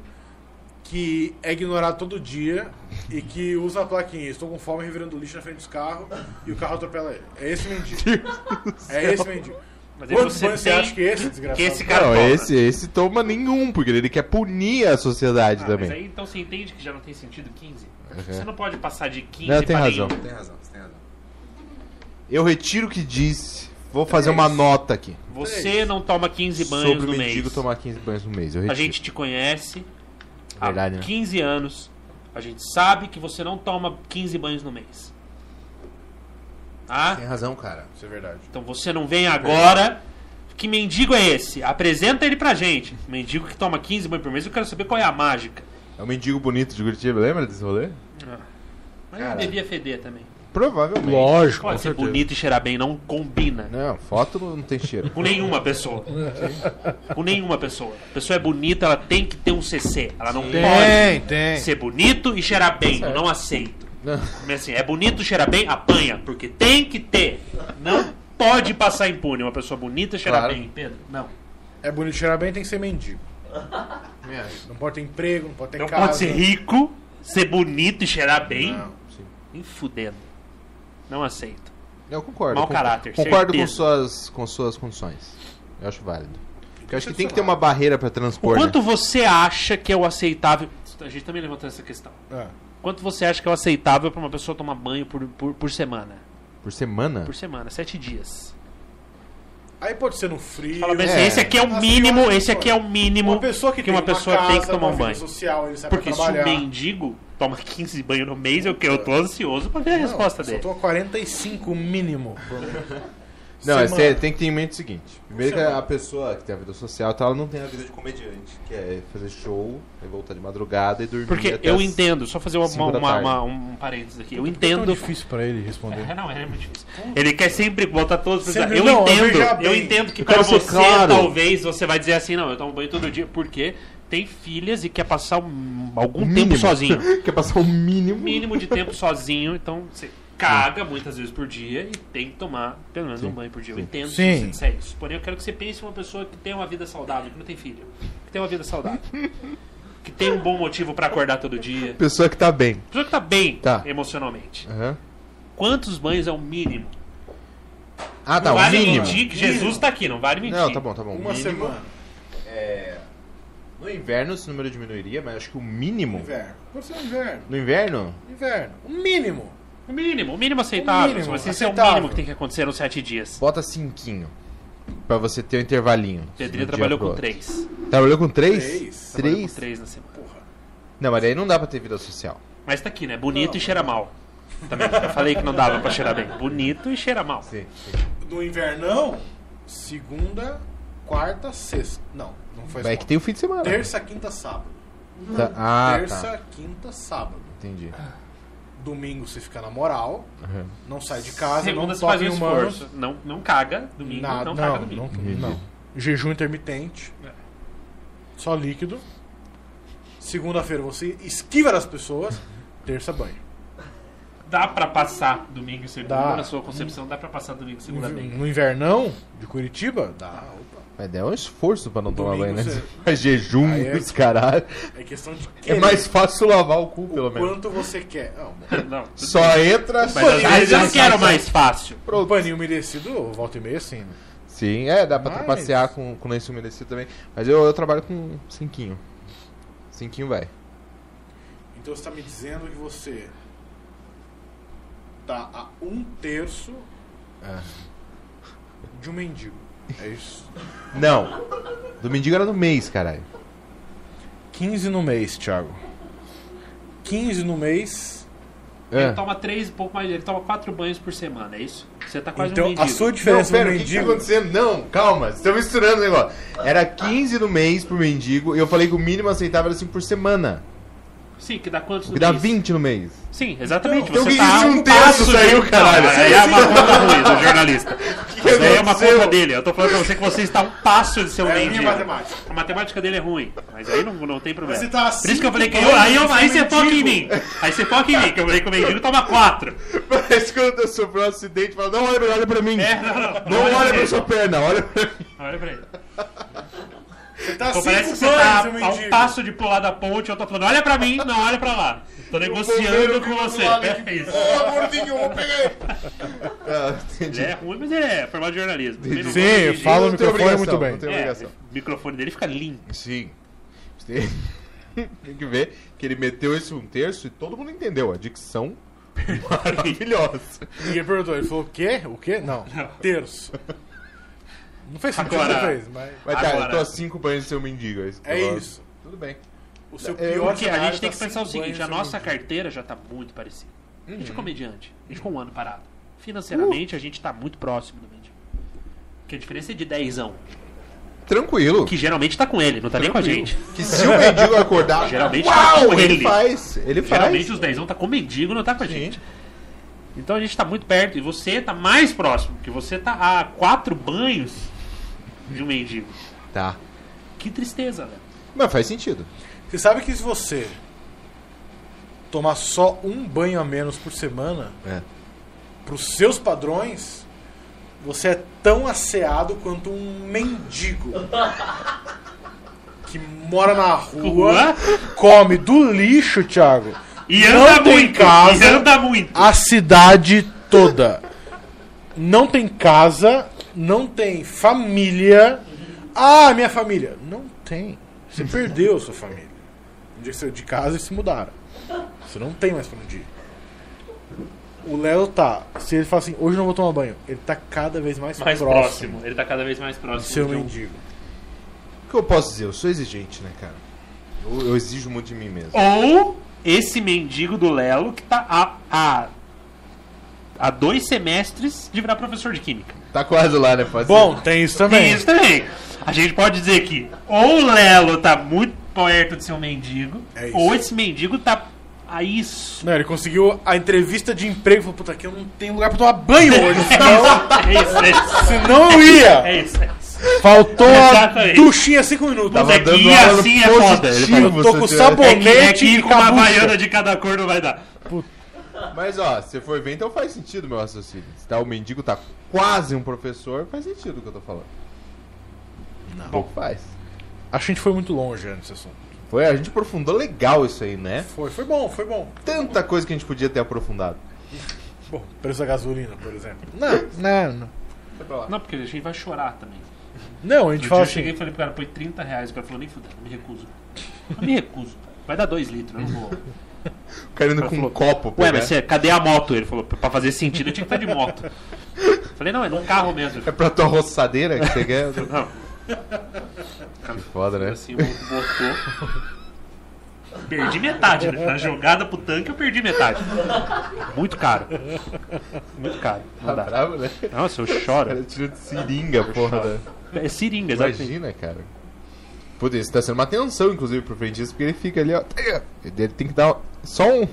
que é ignorado todo dia e que usa a plaquinha. Estou com fome revirando lixo na frente dos carros e o carro atropela ele. É esse mendigo. é esse mendigo. Mas aí Quantos você banhos você tem acha que é esse, desgraçado? que esse cara Não, toma. esse, esse toma nenhum, porque ele quer punir a sociedade Ah, também. Mas aí então você entende que já não tem sentido 15? Você não pode passar de 15 Uhum. Não, tem pra razão. nenhum. Tem razão, você tem razão. Eu retiro o que disse. Vou fazer uma nota aqui. Você não toma 15 banhos sobre o no mendigo mês. tomar 15 banhos no mês. Eu A retiro. gente te conhece há Verdade, né? 15 anos. A gente sabe que você não toma 15 banhos no mês. Tá? Tem razão, cara. Isso é verdade. Então você não vem agora. Que mendigo é esse? Apresenta ele pra gente. Mendigo que toma 15 banhos por mês, eu quero saber qual é a mágica. É um mendigo bonito de Curitiba, lembra desse rolê? Mas Cara. ele devia feder também. Provavelmente. Lógico, Pode com ser certeza. bonito e cheirar bem, não combina. Não, foto não tem cheiro. Com nenhuma pessoa. Com nenhuma pessoa. A pessoa é bonita, ela tem que ter um CC. Ela não pode Tem, tem. ser bonito e cheirar Tá bem. Eu não aceito. Não. Mas assim, é bonito, cheira bem, apanha. Porque tem que ter. Não pode passar impune. Uma pessoa bonita, cheira Claro. bem, Pedro. Não. É bonito cheirar bem, tem que ser mendigo. É, Não pode ter emprego, não pode ter Não casa. pode ser rico, ser bonito e cheirar bem. não, sim. Nem fudendo. Não aceito. Eu concordo. Mau eu caráter, Concordo com certeza. suas, com suas condições. Eu acho válido. Porque eu acho que tem que ter Sei lá. uma barreira pra O transpor. né? quanto você acha que é o aceitável. A gente também levantou essa questão. É. Quanto você acha que é o aceitável pra uma pessoa tomar banho por, por, por semana? Por semana? Por semana, sete dias. Aí pode ser no frio. Fala bem assim, É. esse aqui é o Assim, mínimo, olha, esse aqui é o mínimo Uma pessoa que, que uma tem pessoa uma tem que casa, tomar uma um vida banho. social, ele sai Porque pra se um trabalhar. mendigo toma 15 banhos no mês, eu, que- eu tô ansioso pra ver a resposta dele. Soltou 45 mínimo. Bruno. Não, Semana. você tem que ter em mente o seguinte. Primeiro que Semana. a pessoa que tem a vida social, e tal, ela não tem a vida de comediante, que é fazer show, aí voltar de madrugada e dormir Porque até eu as- entendo, só fazer uma, cinco da uma- tarde. uma- um parênteses aqui. Eu É tão entendo. difícil pra ele responder. É, não, é muito difícil. Ele quer sempre botar todos os. Sempre eu não, eu entendo, vejo eu bem. entendo que Eu pra quero ser você, claro. talvez, você vai dizer assim: não, eu tomo banho todo dia, porque tem filhas e quer passar um- algum tempo sozinho. Quer é passar o mínimo. mínimo de tempo sozinho, então você caga muitas vezes por dia e tem que tomar pelo menos um banho por dia. Eu entendo Sim. se você disser isso. Porém, eu quero que você pense em uma pessoa que tem uma vida saudável, que não tem filho, que tem uma vida saudável, que tem um bom motivo pra acordar todo dia. Pessoa que tá bem. Pessoa que tá bem Tá. emocionalmente. Aham. Quantos banhos é o mínimo? Ah, tá, não o vale mínimo. mentir que Jesus tá aqui, não vale mentir. Não, tá bom, tá bom. O Uma mínimo- semana. No inverno esse número diminuiria, mas acho que o mínimo. Inverno. Pode ser inverno. No inverno? Inverno. O mínimo. O mínimo, o mínimo aceitável. O mínimo, mas esse é o aceitável. mínimo que tem que acontecer nos sete dias. Bota cinquinho. Pra você ter um intervalinho. Pedrinho de um dia trabalhou pro com outro. três. Trabalhou com três? Três. Trabalhou com Três? três na semana. Não, mas aí não dá pra ter vida social. Mas tá aqui, né? Bonito e cheira mal. Também. Eu falei que não dava pra cheirar bem. Bonito e cheira mal. Sim, sim. No invernão, segunda, quarta, sexta. Não, não faz Mas é que conta. tem o fim de semana. Terça, quinta, sábado. Tá- Ah, Terça, tá. quinta, sábado. Entendi. Domingo você fica na moral, Aham. não sai de casa, Segunda não você faz toca um em humanos. esforço. Não, não caga domingo, Nada, não, caga não, domingo. É. não, domingo. não. Jejum intermitente. Só líquido. Segunda-feira você esquiva das pessoas. Terça, banho. Dá pra passar domingo e segunda, Dá. Uhum. na sua concepção, dá pra passar domingo e segunda bem. No invernão de Curitiba, dá. Opa. Mas é um esforço pra não tomar banho, Domingo né? você- Faz jejum, Aí é- os caralho. É questão de É querer mais fácil lavar o cu, pelo o menos. quanto você quer. Não, Não. Só entra... Mas às sai, vezes sai, eu quero sai. mais fácil. o um paninho umedecido, volta e meia, sim. né? Sim, é, dá pra Mas- trapacear com, com lenço umedecido também. Mas eu, eu trabalho com cinquinho. Cinquinho vai. Então você está me dizendo que você tá a um terço É. de um mendigo. É isso. Não. Do mendigo era no mês, caralho. 15 no mês, Thiago. 15 no mês. Ele É. toma três, um pouco mais, ele toma quatro banhos por semana, é isso? Você tá quase um Então, mendigo. a sua Não, diferença pera, no o que que tá mendigo. acontecendo? Não, calma, vocês estão misturando o negócio. Era 15 no mês pro mendigo e eu falei que o mínimo aceitável era 5 por semana. Sim, que dá quantos O no que dá mês? 20 no mês. Sim, exatamente. Então, você então tá que a existe um terço passo de- saiu, Não, caralho. Aí é uma conta ruim do jornalista. Isso daí é uma aconteceu? conta dele. Eu tô falando pra você que você está a um passo de ser um É a minha mendigo. matemática. A matemática dele é ruim, mas aí não, não tem problema. Você tá Por isso que eu falei que cinco eu, aí, eu, anos aí sem você foca em mim. mendigo. Aí você foca em mim, que eu falei que o mendigo toma quatro. Parece que quando eu sofri um acidente, fala, não olha, olha pra mim. É, não, não. Não olha pra ele. sua perna, olha pra mim. Olha pra ele. Você tá Então, cinco parece que você anos, tá seu a um mendigo. passo de pular da ponte, eu tô falando, olha pra mim, não olha pra lá. Tô negociando bombeiro com fica do você. lado É isso. Ô, gordinho, eu vou pegar ele. Ah, entendi. Ele é ruim, mas ele é formado de jornalismo. Também não Sim, gosto de- eu falo- Fala no Não tem microfone obrigação, muito bem. Não tem É, obrigação. o microfone dele fica limpo. Sim. Você Tem que ver que ele meteu esse um terço e todo mundo entendeu. A dicção maravilhosa. Ninguém perguntou. Ele falou: o quê? O quê? Não. Terço. Não fez sentido, Agora- não fez, mas. Mas tá, eu Agora- tô a cinco banhos de ser um mendigo. isso que É eu falo. isso. Tudo bem. O seu É, pior Porque a cenário gente tem tá que pensar o cinco seguinte, a banhos de nossa mendigo. carteira já tá muito parecida. A Uhum. gente é comediante, a gente ficou um ano parado. Financeiramente, a gente tá muito próximo do mendigo. Porque a diferença é de dezão, Tranquilo. que geralmente tá com ele, não tá nem com a gente. Que se o mendigo acordar, Geralmente uau, tá com ele ele. faz. Ele faz. Geralmente os dezão tá com o mendigo, não tá com a gente. Então a gente tá muito perto e você tá mais próximo, porque você tá a quatro banhos de um mendigo. Tá. Que tristeza, né? velho. Mas faz sentido. Você sabe que se você tomar só um banho a menos por semana, É. para os seus padrões, você é tão asseado quanto um mendigo que mora na rua, Rua? come do lixo, Thiago, E Não anda tem muito, casa. e anda muito. a cidade toda. Não tem casa, não tem família. Ah, minha família. Não tem. Você perdeu sua família. Um dia que você saiu de casa e se mudaram. Você não tem mais pra onde ir. O Léo tá. Se ele fala assim, hoje eu não vou tomar banho, ele tá cada vez mais, Mais próximo, próximo. Ele tá cada vez mais do próximo. seu de um- mendigo. O que eu posso dizer? Eu sou exigente, né, cara? Eu, eu exijo muito de mim mesmo. Ou esse mendigo do Lelo que tá há, há, há dois semestres de virar professor de química. Tá quase lá, né, parceiro? Bom, tem isso também. Tem isso também. A gente pode dizer que ou o Lelo tá muito perto de ser um mendigo, É isso. ou esse mendigo tá a isso. Não, ele conseguiu a entrevista de emprego e falou, puta, aqui eu não tenho lugar pra tomar banho hoje, senão, É isso, é isso. senão eu ia. É isso, é isso. Faltou a Exatamente. duchinha 5 minutos. tá Tava é que Tá dando ia aula assim no é foda, ele positivo, falou, eu tô com seu- sabor. É que, é Bonete e que com uma cabucha. baiana de cada cor não vai dar. Mas ó, se for ver, então faz sentido meu raciocínio. Se tá, o mendigo tá quase um professor, faz sentido o que eu tô falando. Não. Bom, faz. Acho que a gente foi muito longe né, nesse assunto. Foi, a gente aprofundou legal isso aí, né? Foi, foi bom, foi bom. Tanta coisa que a gente podia ter aprofundado. Bom, preço da gasolina, por exemplo. Não, não, não. Não, porque a gente vai chorar também. Não, a gente Um dia fala eu assim, cheguei e falei pro cara, põe 30 reais. O cara falou, nem fudendo, eu me recuso. Eu me recuso. Vai dar 2 litros, eu não vou. O cara indo com um copo. Ué, pegar. mas você- cadê a moto? Ele falou, pra fazer sentido eu tinha que estar de moto. Eu Falei, não, é num carro mesmo. Ele É pra tua roçadeira que você quer? falou, Não, Foda, né? assim, o outro botou. Perdi metade, né? Na jogada pro tanque eu perdi metade. Muito caro. Muito caro. Não Tá dá. bravo, né? Nossa, eu O cara choro. tira de seringa, porra. né? É seringa, exatamente. Imagina, cara. Puta, isso tá sendo uma tensão, inclusive, pro frentista, porque ele fica ali, ó. Ele tem que dar só um.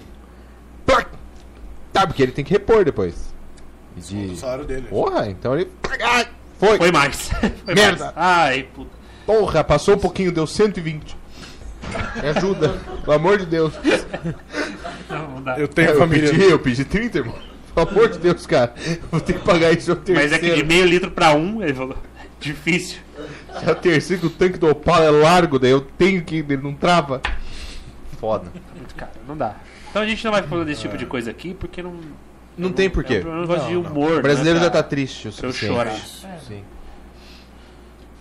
plac. Tá, porque ele tem que repor depois. E do de. salário dele. Porra, então ele. Ai, Foi. um Foi mais. Foi Merda. Mais. Ai, puta. Porra, passou um pouquinho, deu 120. Me ajuda, pelo amor de Deus. Não, não dá. Eu tenho É, eu família. pedi, eu pedi 30, irmão. Pelo amor de Deus, cara. Vou ter que pagar isso ao terceiro. Mas é que de meio litro pra um, ele falou, difícil. É o terceiro que o tanque do Opala é largo, daí eu tenho que. Ele não trava. Foda. Muito caro, não dá. Então a gente não vai falar desse tipo de coisa aqui, porque não... Não tem porquê. É um negócio de Não, não. humor. O brasileiro né, já tá cara? triste o Se eu suficiente. chorar. Sim.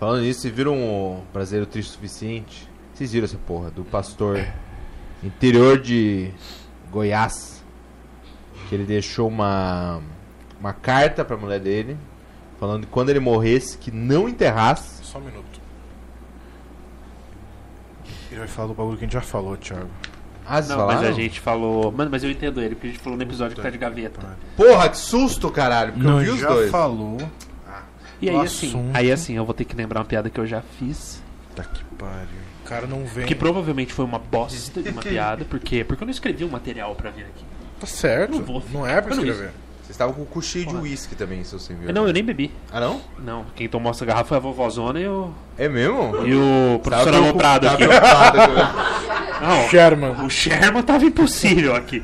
Falando nisso, vocês viram um brasileiro triste o suficiente? Vocês viram essa porra do pastor interior de Goiás. Que ele deixou uma, uma carta pra mulher dele, falando que quando ele morresse, que não enterrasse. Só um minuto. Ele vai falar do bagulho que a gente já falou, Thiago. Ah, vocês Não, mas a falaram? gente falou. Mano, mas eu entendo ele, porque a gente falou no episódio que tá de gaveta. Porra, que susto, caralho, porque eu vi os já dois. falou. E aí O assim, assunto. aí assim, eu vou ter que lembrar uma piada que eu já fiz. Tá que pariu. O cara não vem. Que provavelmente foi uma bosta de uma piada, porque porque eu não escrevi o material pra vir aqui. Tá certo. Não vou. Não, é pra Eu não escrever. Vocês estavam com o cu cheio de uísque também, se você viu. Não, eu nem bebi. Ah, não? Não, quem tomou essa garrafa foi a vovozona e o. É mesmo? E o professor Tava Aloprado aqui. preocupado com- Não, Sherman. o Sherman tava impossível aqui.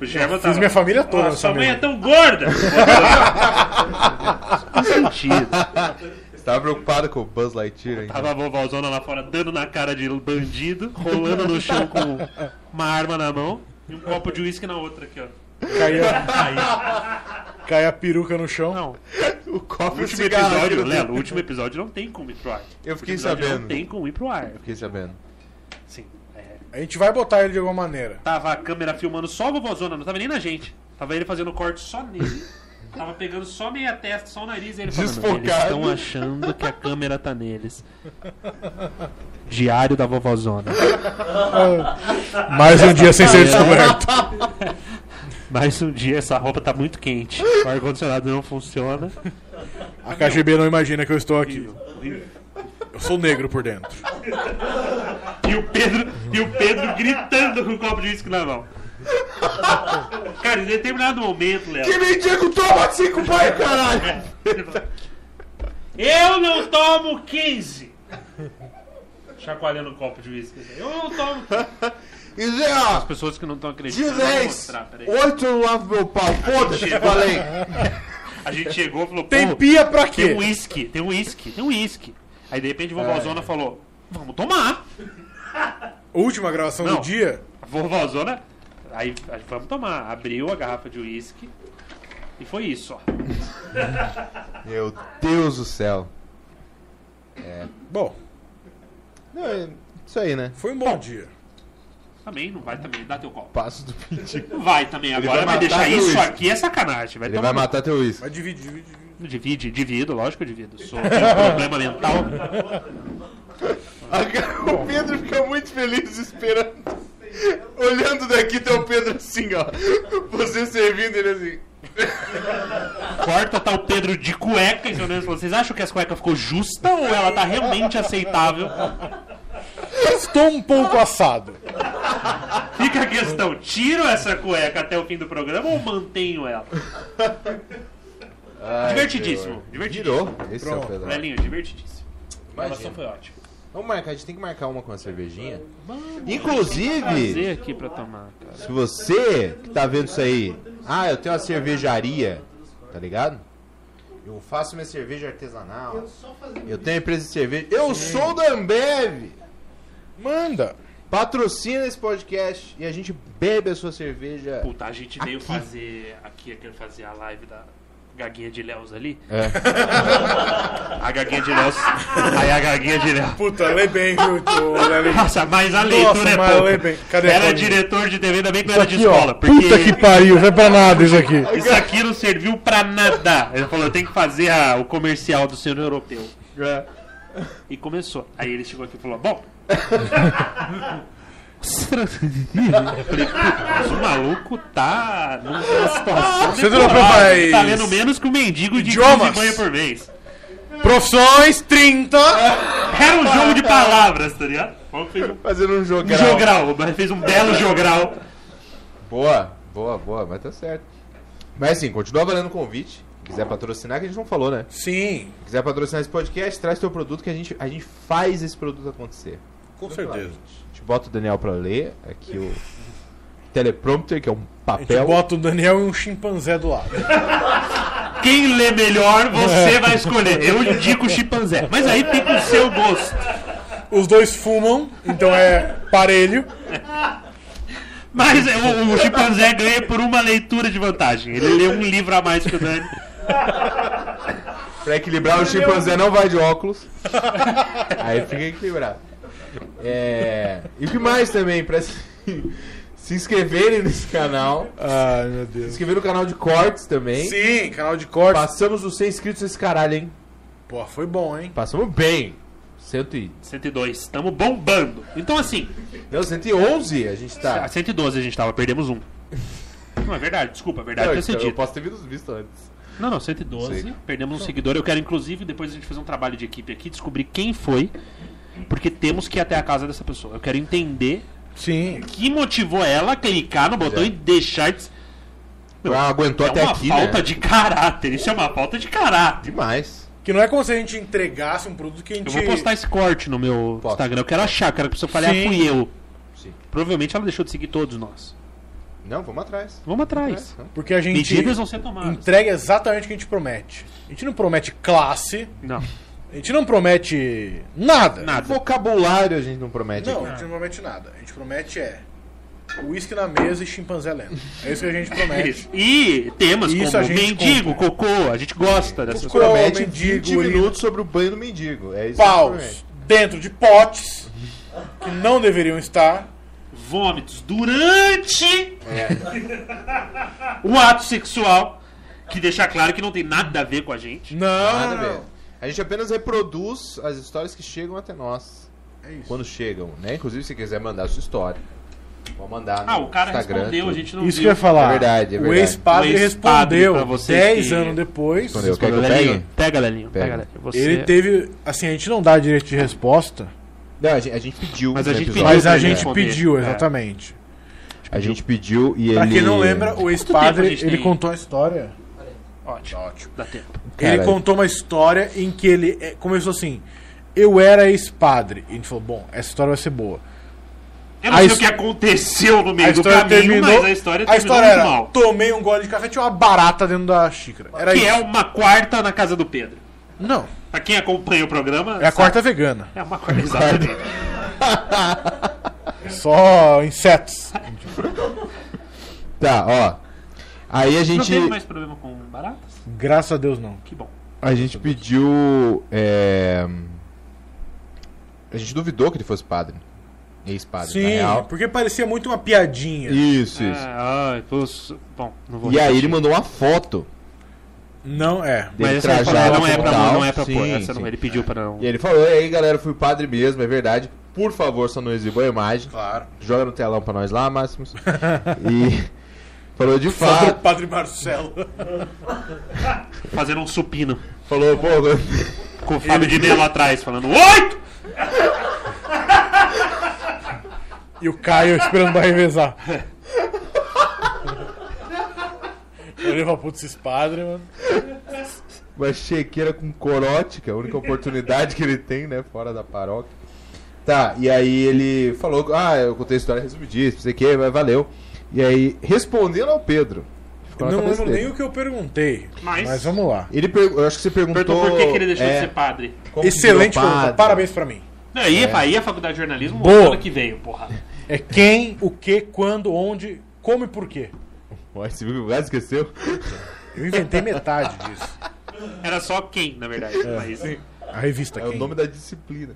O Sherman tava. Fiz minha família toda Nossa, nessa sua mãe é mesa. tão gorda! Não faz sentido. Você tava preocupado com o Buzz Lightyear ainda. Tava a vovózona lá fora dando na cara de bandido, rolando no chão com uma arma na mão e um copo de uísque na outra aqui, ó. Caiu, Aí, caiu a peruca no chão. não. O No copo último episódio, Léo, no último episódio não tem como ir pro ar. Eu fiquei né, O último episódio sabendo. Não tem como ir pro ar. Fiquei sabendo. Sim. é. A gente vai botar ele de alguma maneira. Tava a câmera filmando só a vovózona, não tava nem na gente. Tava ele fazendo corte só nele. Tava pegando só meia testa, só o nariz e ele falando, Desfocado. Eles estão achando que a câmera tá neles. Diário da vovózona. Mais um dia sem ser descoberto. Mais um dia, essa roupa tá muito quente. O ar-condicionado não funciona. A KGB não imagina que eu estou aqui. Horrível. Eu sou negro por dentro. um E o Pedro, e o Pedro gritando com o copo de uísque na mão. Cara, em determinado momento, Léo. Que mendigo toma cinco banhos, caralho! Eu não tomo 15! Chacoalhando um copo de uísque. assim, Eu não tomo 15. E Zé, ó, As pessoas que não estão de acreditando. eu vou 10, mostrar, peraí. 8 eu lavo meu pau, foda-se, Mentira. falei. A gente chegou e falou: Tem pô, pia pra tem quê? um uísque, tem um uísque, tem um uísque. Aí de repente vovózona falou: vamos tomar. Última gravação Não. do dia? A vovózona. Aí aí, vamos tomar. Abriu a garrafa de uísque. E foi isso, ó. Meu Deus do céu. Bom, Não, é isso aí, né? foi um bom dia. Também, não vai também, dá teu copo. Passo do mendigo. Não vai também agora, vai vai matar deixar teu isso uísque. aqui é sacanagem. Vai Ele tomar vai matar teu uísque. Mas divide, divide, divide. Divide, divido, lógico que eu divido. Sou tenho um problema mental. O Pedro fica muito feliz esperando. Olhando daqui, tem o Pedro assim, ó. Você servindo ele assim. Corta tá o Pedro de cueca, entendeu? Vocês acham que as cuecas ficou justa ou ela tá realmente aceitável? Estou um pouco assado. Fica a questão, tiro essa cueca até o fim do programa ou mantenho ela? divertidíssimo, divertidíssimo. Tirou. Esse é o Pronto. Pedro. Velhinho, divertidíssimo. A gravação Imagina. foi ótima. Vamos marcar, a gente tem que marcar uma com a cervejinha. Vamos Inclusive, fazer aqui pra tomar, cara. se você que tá vendo isso aí, ah, eu tenho uma cervejaria, tá ligado? Eu faço minha cerveja artesanal. Eu tenho empresa de cerveja. Eu sou da Ambev! Manda. Patrocina esse podcast e a gente bebe a sua cerveja. Puta, a gente veio Aqui. fazer aqui, aquele fazer a live da gaguinha de Léus ali. É. A gaguinha de Léus. Aí a gaguinha de Léus. Puta, lê bem, viu? Tô, lê bem. Nossa, mas a leitura Nossa, é mas pouca. lê bem. Cadê a Era folhinha? diretor de TV, ainda bem que não Isso era de aqui, ó. escola. Porque Puta que pariu, vai pra nada isso aqui. isso aqui não serviu pra nada. Ele falou, eu tenho que fazer a- o comercial do senhor europeu. E começou. Aí ele chegou aqui e falou, bom... Eu falei, "Putz, o maluco tá numa situação Você não deplorável, faz- tá lendo menos que o mendigo de 15 Idiomas. banho por mês. Profissões 30. Era um jogo de palavras, tá ligado? Fez um Fazendo um jogo. jogral, mas fez um belo jogral. Boa, boa, boa, mas tá certo. Mas assim, continua valendo o convite. Quiser patrocinar, que a gente não falou, né? Sim, Quiser patrocinar esse podcast, traz teu produto que a gente, a gente faz esse produto acontecer. com certeza. A gente bota o Daniel pra ler, aqui o teleprompter, que é um A gente papel. bota o Daniel e um chimpanzé do lado. Quem lê melhor, você vai escolher. Eu indico o chimpanzé. Mas aí fica o seu gosto. Os dois fumam, então é parelho. Mas o, o chimpanzé ganha por uma leitura de vantagem. Ele lê um livro a mais que o Dani. Pra equilibrar, o chimpanzé não vai de óculos. Aí fica equilibrado. É... E o que mais também? Pra se, se inscreverem nesse canal. Ai, meu Se Deus. inscrever no canal de cortes também. Sim, canal de corte. Passamos os 100 inscritos nesse caralho, hein? Pô, foi bom, hein? Passamos bem. 100 102. Estamos bombando. Então, assim, Não, 111 a gente a tá. 112 a gente tava, perdemos um. Não, é verdade, desculpa, é verdade, Não, então eu eu cedido. posso ter visto antes. Não, não, 112. Sei. Perdemos um seguidor. Eu quero, inclusive, depois a gente fazer um trabalho de equipe aqui, descobrir quem foi, porque temos que ir até a casa dessa pessoa. Eu quero entender Sim. que motivou ela a clicar no botão e deixar. De... Meu, Ah, aguentou é até uma aqui, falta né? de caráter. Isso é uma falta de caráter. Demais. Que não é como se a gente entregasse um produto que a gente. Eu vou postar esse corte no meu Posta. Instagram. Eu quero achar, eu quero que a pessoa fale, ah, Sim. fui eu. Sim. Provavelmente ela deixou de seguir todos nós. Não, vamos atrás. Vamos atrás. Vamos atrás. Porque a gente Medidas vão ser tomadas. entrega exatamente o que a gente promete. A gente não promete classe, Não, a gente não promete nada. nada. Vocabulário a gente não promete Não, a aqui. gente não promete nada. A gente promete é uísque na mesa e chimpanzé lendo. É isso que a gente promete. Isso. E temas Isso a como gente mendigo, cocô, a gente gosta dessas Cocô. coisas. Promete mendigo, 20 urina. minutos sobre o banho do mendigo. É isso que Paus promete. dentro de potes que não deveriam estar. Vômitos durante É. o ato sexual, que deixa claro que não tem nada a ver com a gente. Nada Não, a ver. A gente apenas reproduz as histórias que chegam até nós. É isso. Quando chegam, né? Inclusive, se quiser mandar a sua história, pode mandar no Ah, o cara Instagram, respondeu, a tudo. gente não Isso que viu. eu ia falar. É verdade, é O verdade. ex-padre O ex-padre, respondeu pra vocês 10 que- anos depois. Respondeu. Quer que eu Lelinho, pegue? pega, Lelinho. Pega. Pega, Lelinho. Você... Ele teve. Assim, a gente não dá direito de resposta, Não, a gente, a gente pediu. Mas a no gente episódio. pediu mas pra a ele gente responder. pediu, É. exatamente. A gente A gente pediu e Pra ele. quem não lembra, o tempo a ex-padre, gente ele tem? contou a história. Ótimo. Ótimo. é- Dá tempo. Caralho. Ele contou uma história em que ele eh, começou assim: Eu era ex-padre. E a gente falou: Bom, essa história vai ser boa. Eu não A sei his- o que aconteceu no A meio do história caminho, terminou. mas a história a terminou história muito era: mal. Tomei um gole de café, tinha uma barata dentro da xícara. Era Que isso. é uma quarta na casa do Pedro. Não, Pra quem acompanha o programa. é a sabe- quarta vegana. É uma quarta, exatamente. É só insetos. Tá, ó. Aí a Não gente. teve mais problema com baratas? Graças a Deus não. Que bom. A gente pediu. é, A gente duvidou que ele fosse padre. Ex-padre, na Sim, real. porque parecia muito uma piadinha. Isso, isso. Ah, ai, putz, Bom, não vou E aí ele repetir. mandou uma foto Não é. dele Mas essa trajado. não é pra, tal. não é pra pôr. Sim, Essa não, sim. ele pediu pra não. E ele falou, e aí galera, eu fui padre mesmo, é verdade. Por favor, só não exiba a imagem. Claro. Joga no telão pra nós lá, Máximos. e falou de Contra fato. o Padre Marcelo. É. Fazendo um supino. Falou, pô, Com o Fábio de Melo atrás, falando: Oito! E o Caio esperando pra revezar. Eu levo a puta esses padres, mano. uma chequeira com corote, que é a única oportunidade que ele tem, né? Fora da paróquia. Tá, e aí ele falou, ah, eu contei a história resumidíssima, não sei o que, mas valeu. E aí, respondendo ao Pedro. ficou na Não cabeça lembro dele. nem o que eu perguntei. Mas- Mas, vamos lá. Ele per- eu acho que você perguntou. Perguntou por que, que ele deixou é, de ser padre. como que Excelente virou pergunta. padre. Parabéns pra mim. Não, Aí, aí a faculdade de jornalismo É. Boa. ano que veio, porra. É quem, o que, quando, onde, como e por quê. Ué, você viu que o cara esqueceu? Eu inventei metade disso. Era só quem, na verdade. É. Mas A revista É o quem? nome da disciplina.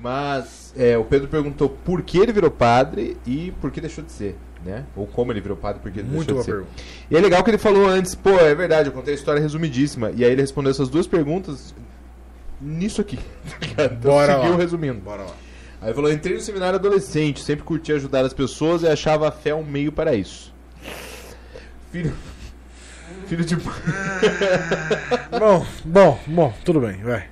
Mas é, o Pedro perguntou por que ele virou padre e por que deixou de ser, né? Ou como ele virou padre, por que ele Muito deixou de boa ser. pergunta. E é legal que ele falou antes, pô, é verdade, eu contei a história resumidíssima. E aí ele respondeu essas duas perguntas nisso aqui. então Bora seguiu lá. resumindo. Bora lá. Aí ele falou, entrei no seminário adolescente, sempre curti ajudar as pessoas e achava a fé um meio para isso. Filho... Filho de... Bom, bom, bom, tudo bem, vai.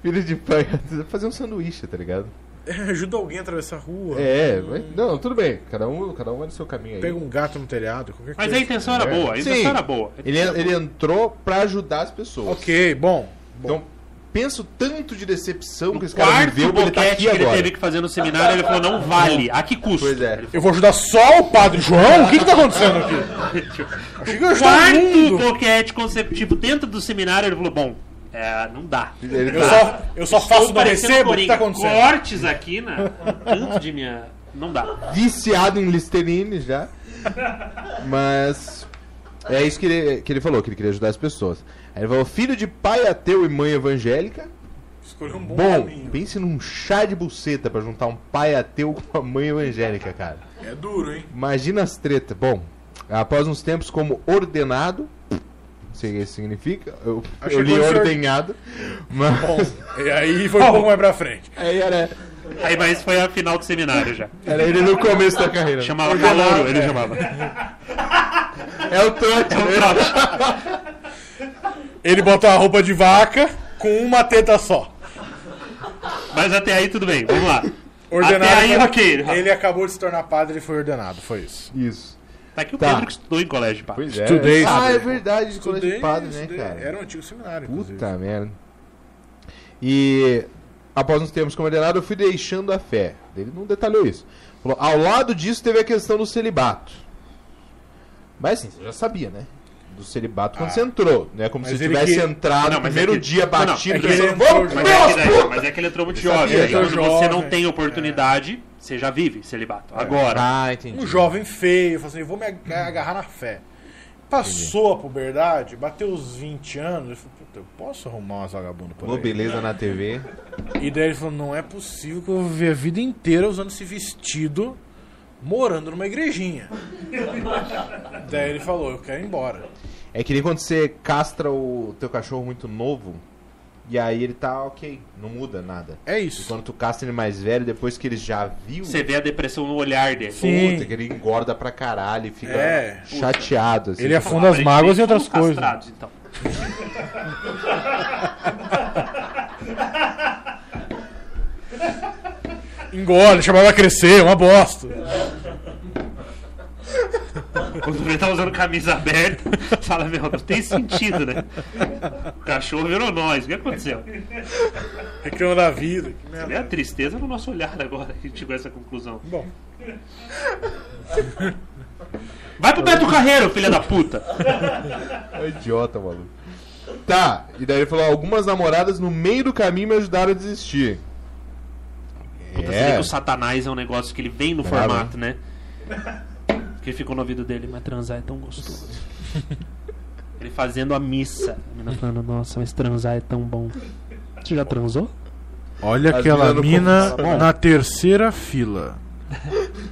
Filho de pai. Fazer um sanduíche, tá ligado? Ajuda alguém a atravessar a rua. É, vai- não, tudo bem. Cada um, cada um vai no seu caminho aí. Tá Pega um gato no telhado, qualquer Mas a coisa. intenção era boa, a intenção Sim. era boa. Ele, ele entrou pra ajudar as pessoas. Ok, bom. bom. Então, penso tanto de decepção que esse cara Quarto viveu que ele tá boquete aqui que ele agora. teve que fazer no seminário, ele falou, não vale, a que custo? Pois é. Ele Eu vou ajudar só o padre João? O que, que tá acontecendo aqui? Achei que eu ia ajudar o Quarto Tá mundo. boquete consecutivo dentro do seminário, ele falou, bom, é, não dá. Ele Eu tá- só, eu só Tô faço da parecendo um recebo o que Coringa. tá acontecendo. Cortes aqui, né? Tanto de minha... Não dá. viciado em Listerine já. Mas é isso que ele, que ele falou, que ele queria ajudar as pessoas. Aí ele falou: filho de pai ateu e mãe evangélica. Escolheu um Bom, pense num chá de buceta pra juntar um pai ateu com uma mãe evangélica, cara. É duro, hein? Imagina as tretas. Bom, após uns tempos como ordenado, não sei o que isso significa, eu, Achei eu li que fosse or- ordenhado, mas... Bom, e aí foi um pouco mais pra frente. Aí era, Aí, mas foi a final do seminário já. era ele no começo da carreira. Chamava Calouro, ele chamava. É o trote, né? Ele botou a roupa de vaca com uma teta só. Mas até aí tudo bem, vamos lá. Ordenado. Até aí, pra- ok. Ele acabou de se tornar padre e foi ordenado, foi isso. Isso. Tá aqui o Tá. Pedro que estudou em colégio, pá. Pois é. Estudei, Ah, estudei. é verdade, de colégio de padre, né, Estudei, cara? Era um antigo seminário. inclusive. Puta merda. E após uns termos com ordenado, eu fui deixando a fé. Ele não detalhou isso. Falou, ao lado disso teve a questão do celibato. Mas assim, você já sabia, né? Do celibato quando Ah. você entrou. Não é como Mas se ele tivesse que- entrado Não, no não, mas primeiro é que- dia não, não, batido. é que pensando, ele Vamos, entrou- Mas é, que, Deus, daí- puta! mas é que ele entrou muito Ele sabia, jovem. né? ele Quando era você jovem. não tem oportunidade, você já vive celibato. Agora. Ah, entendi. Um jovem feio, falou assim, eu vou me Uhum. aga- agarrar na fé. Passou a puberdade, bateu os 20 anos, ele falou, puta, eu posso arrumar umas vagabundas por Falou aí? beleza na TV. E daí ele falou, não é possível que eu vou viver a vida inteira usando esse vestido, morando numa igrejinha. daí ele falou, eu quero ir embora. É que nem quando você castra o teu cachorro muito novo, e aí ele tá ok, não muda nada. É E isso. quando tu castra ele mais velho, depois que ele já viu, Você vê a depressão no olhar dele. Sim. puta, que ele engorda pra caralho e fica É. chateado. assim. Ele Então, afunda as mágoas e outras fomos coisas. castrados, então. é Engole, chamava a crescer, uma bosta. Quando ele tá usando camisa aberta, fala, meu, não tem sentido, né? O cachorro virou nós, o que aconteceu? Reclama da vida. Que Você merda. vê a tristeza no nosso olhar agora que a gente chegou a essa conclusão. Bom, Vai pro Beto Carreiro, filha da puta! É idiota, maluco. Tá, e daí ele falou: algumas namoradas no meio do caminho me ajudaram a desistir. Puta, você vê é. que o satanás é um negócio que ele vem no Claro. formato, né? Que ficou no ouvido dele, mas transar é tão gostoso. ele fazendo a missa. A menina falando, nossa, mas transar é tão bom. Você já transou? olha As aquela mina mina no começo. tá na terceira fila.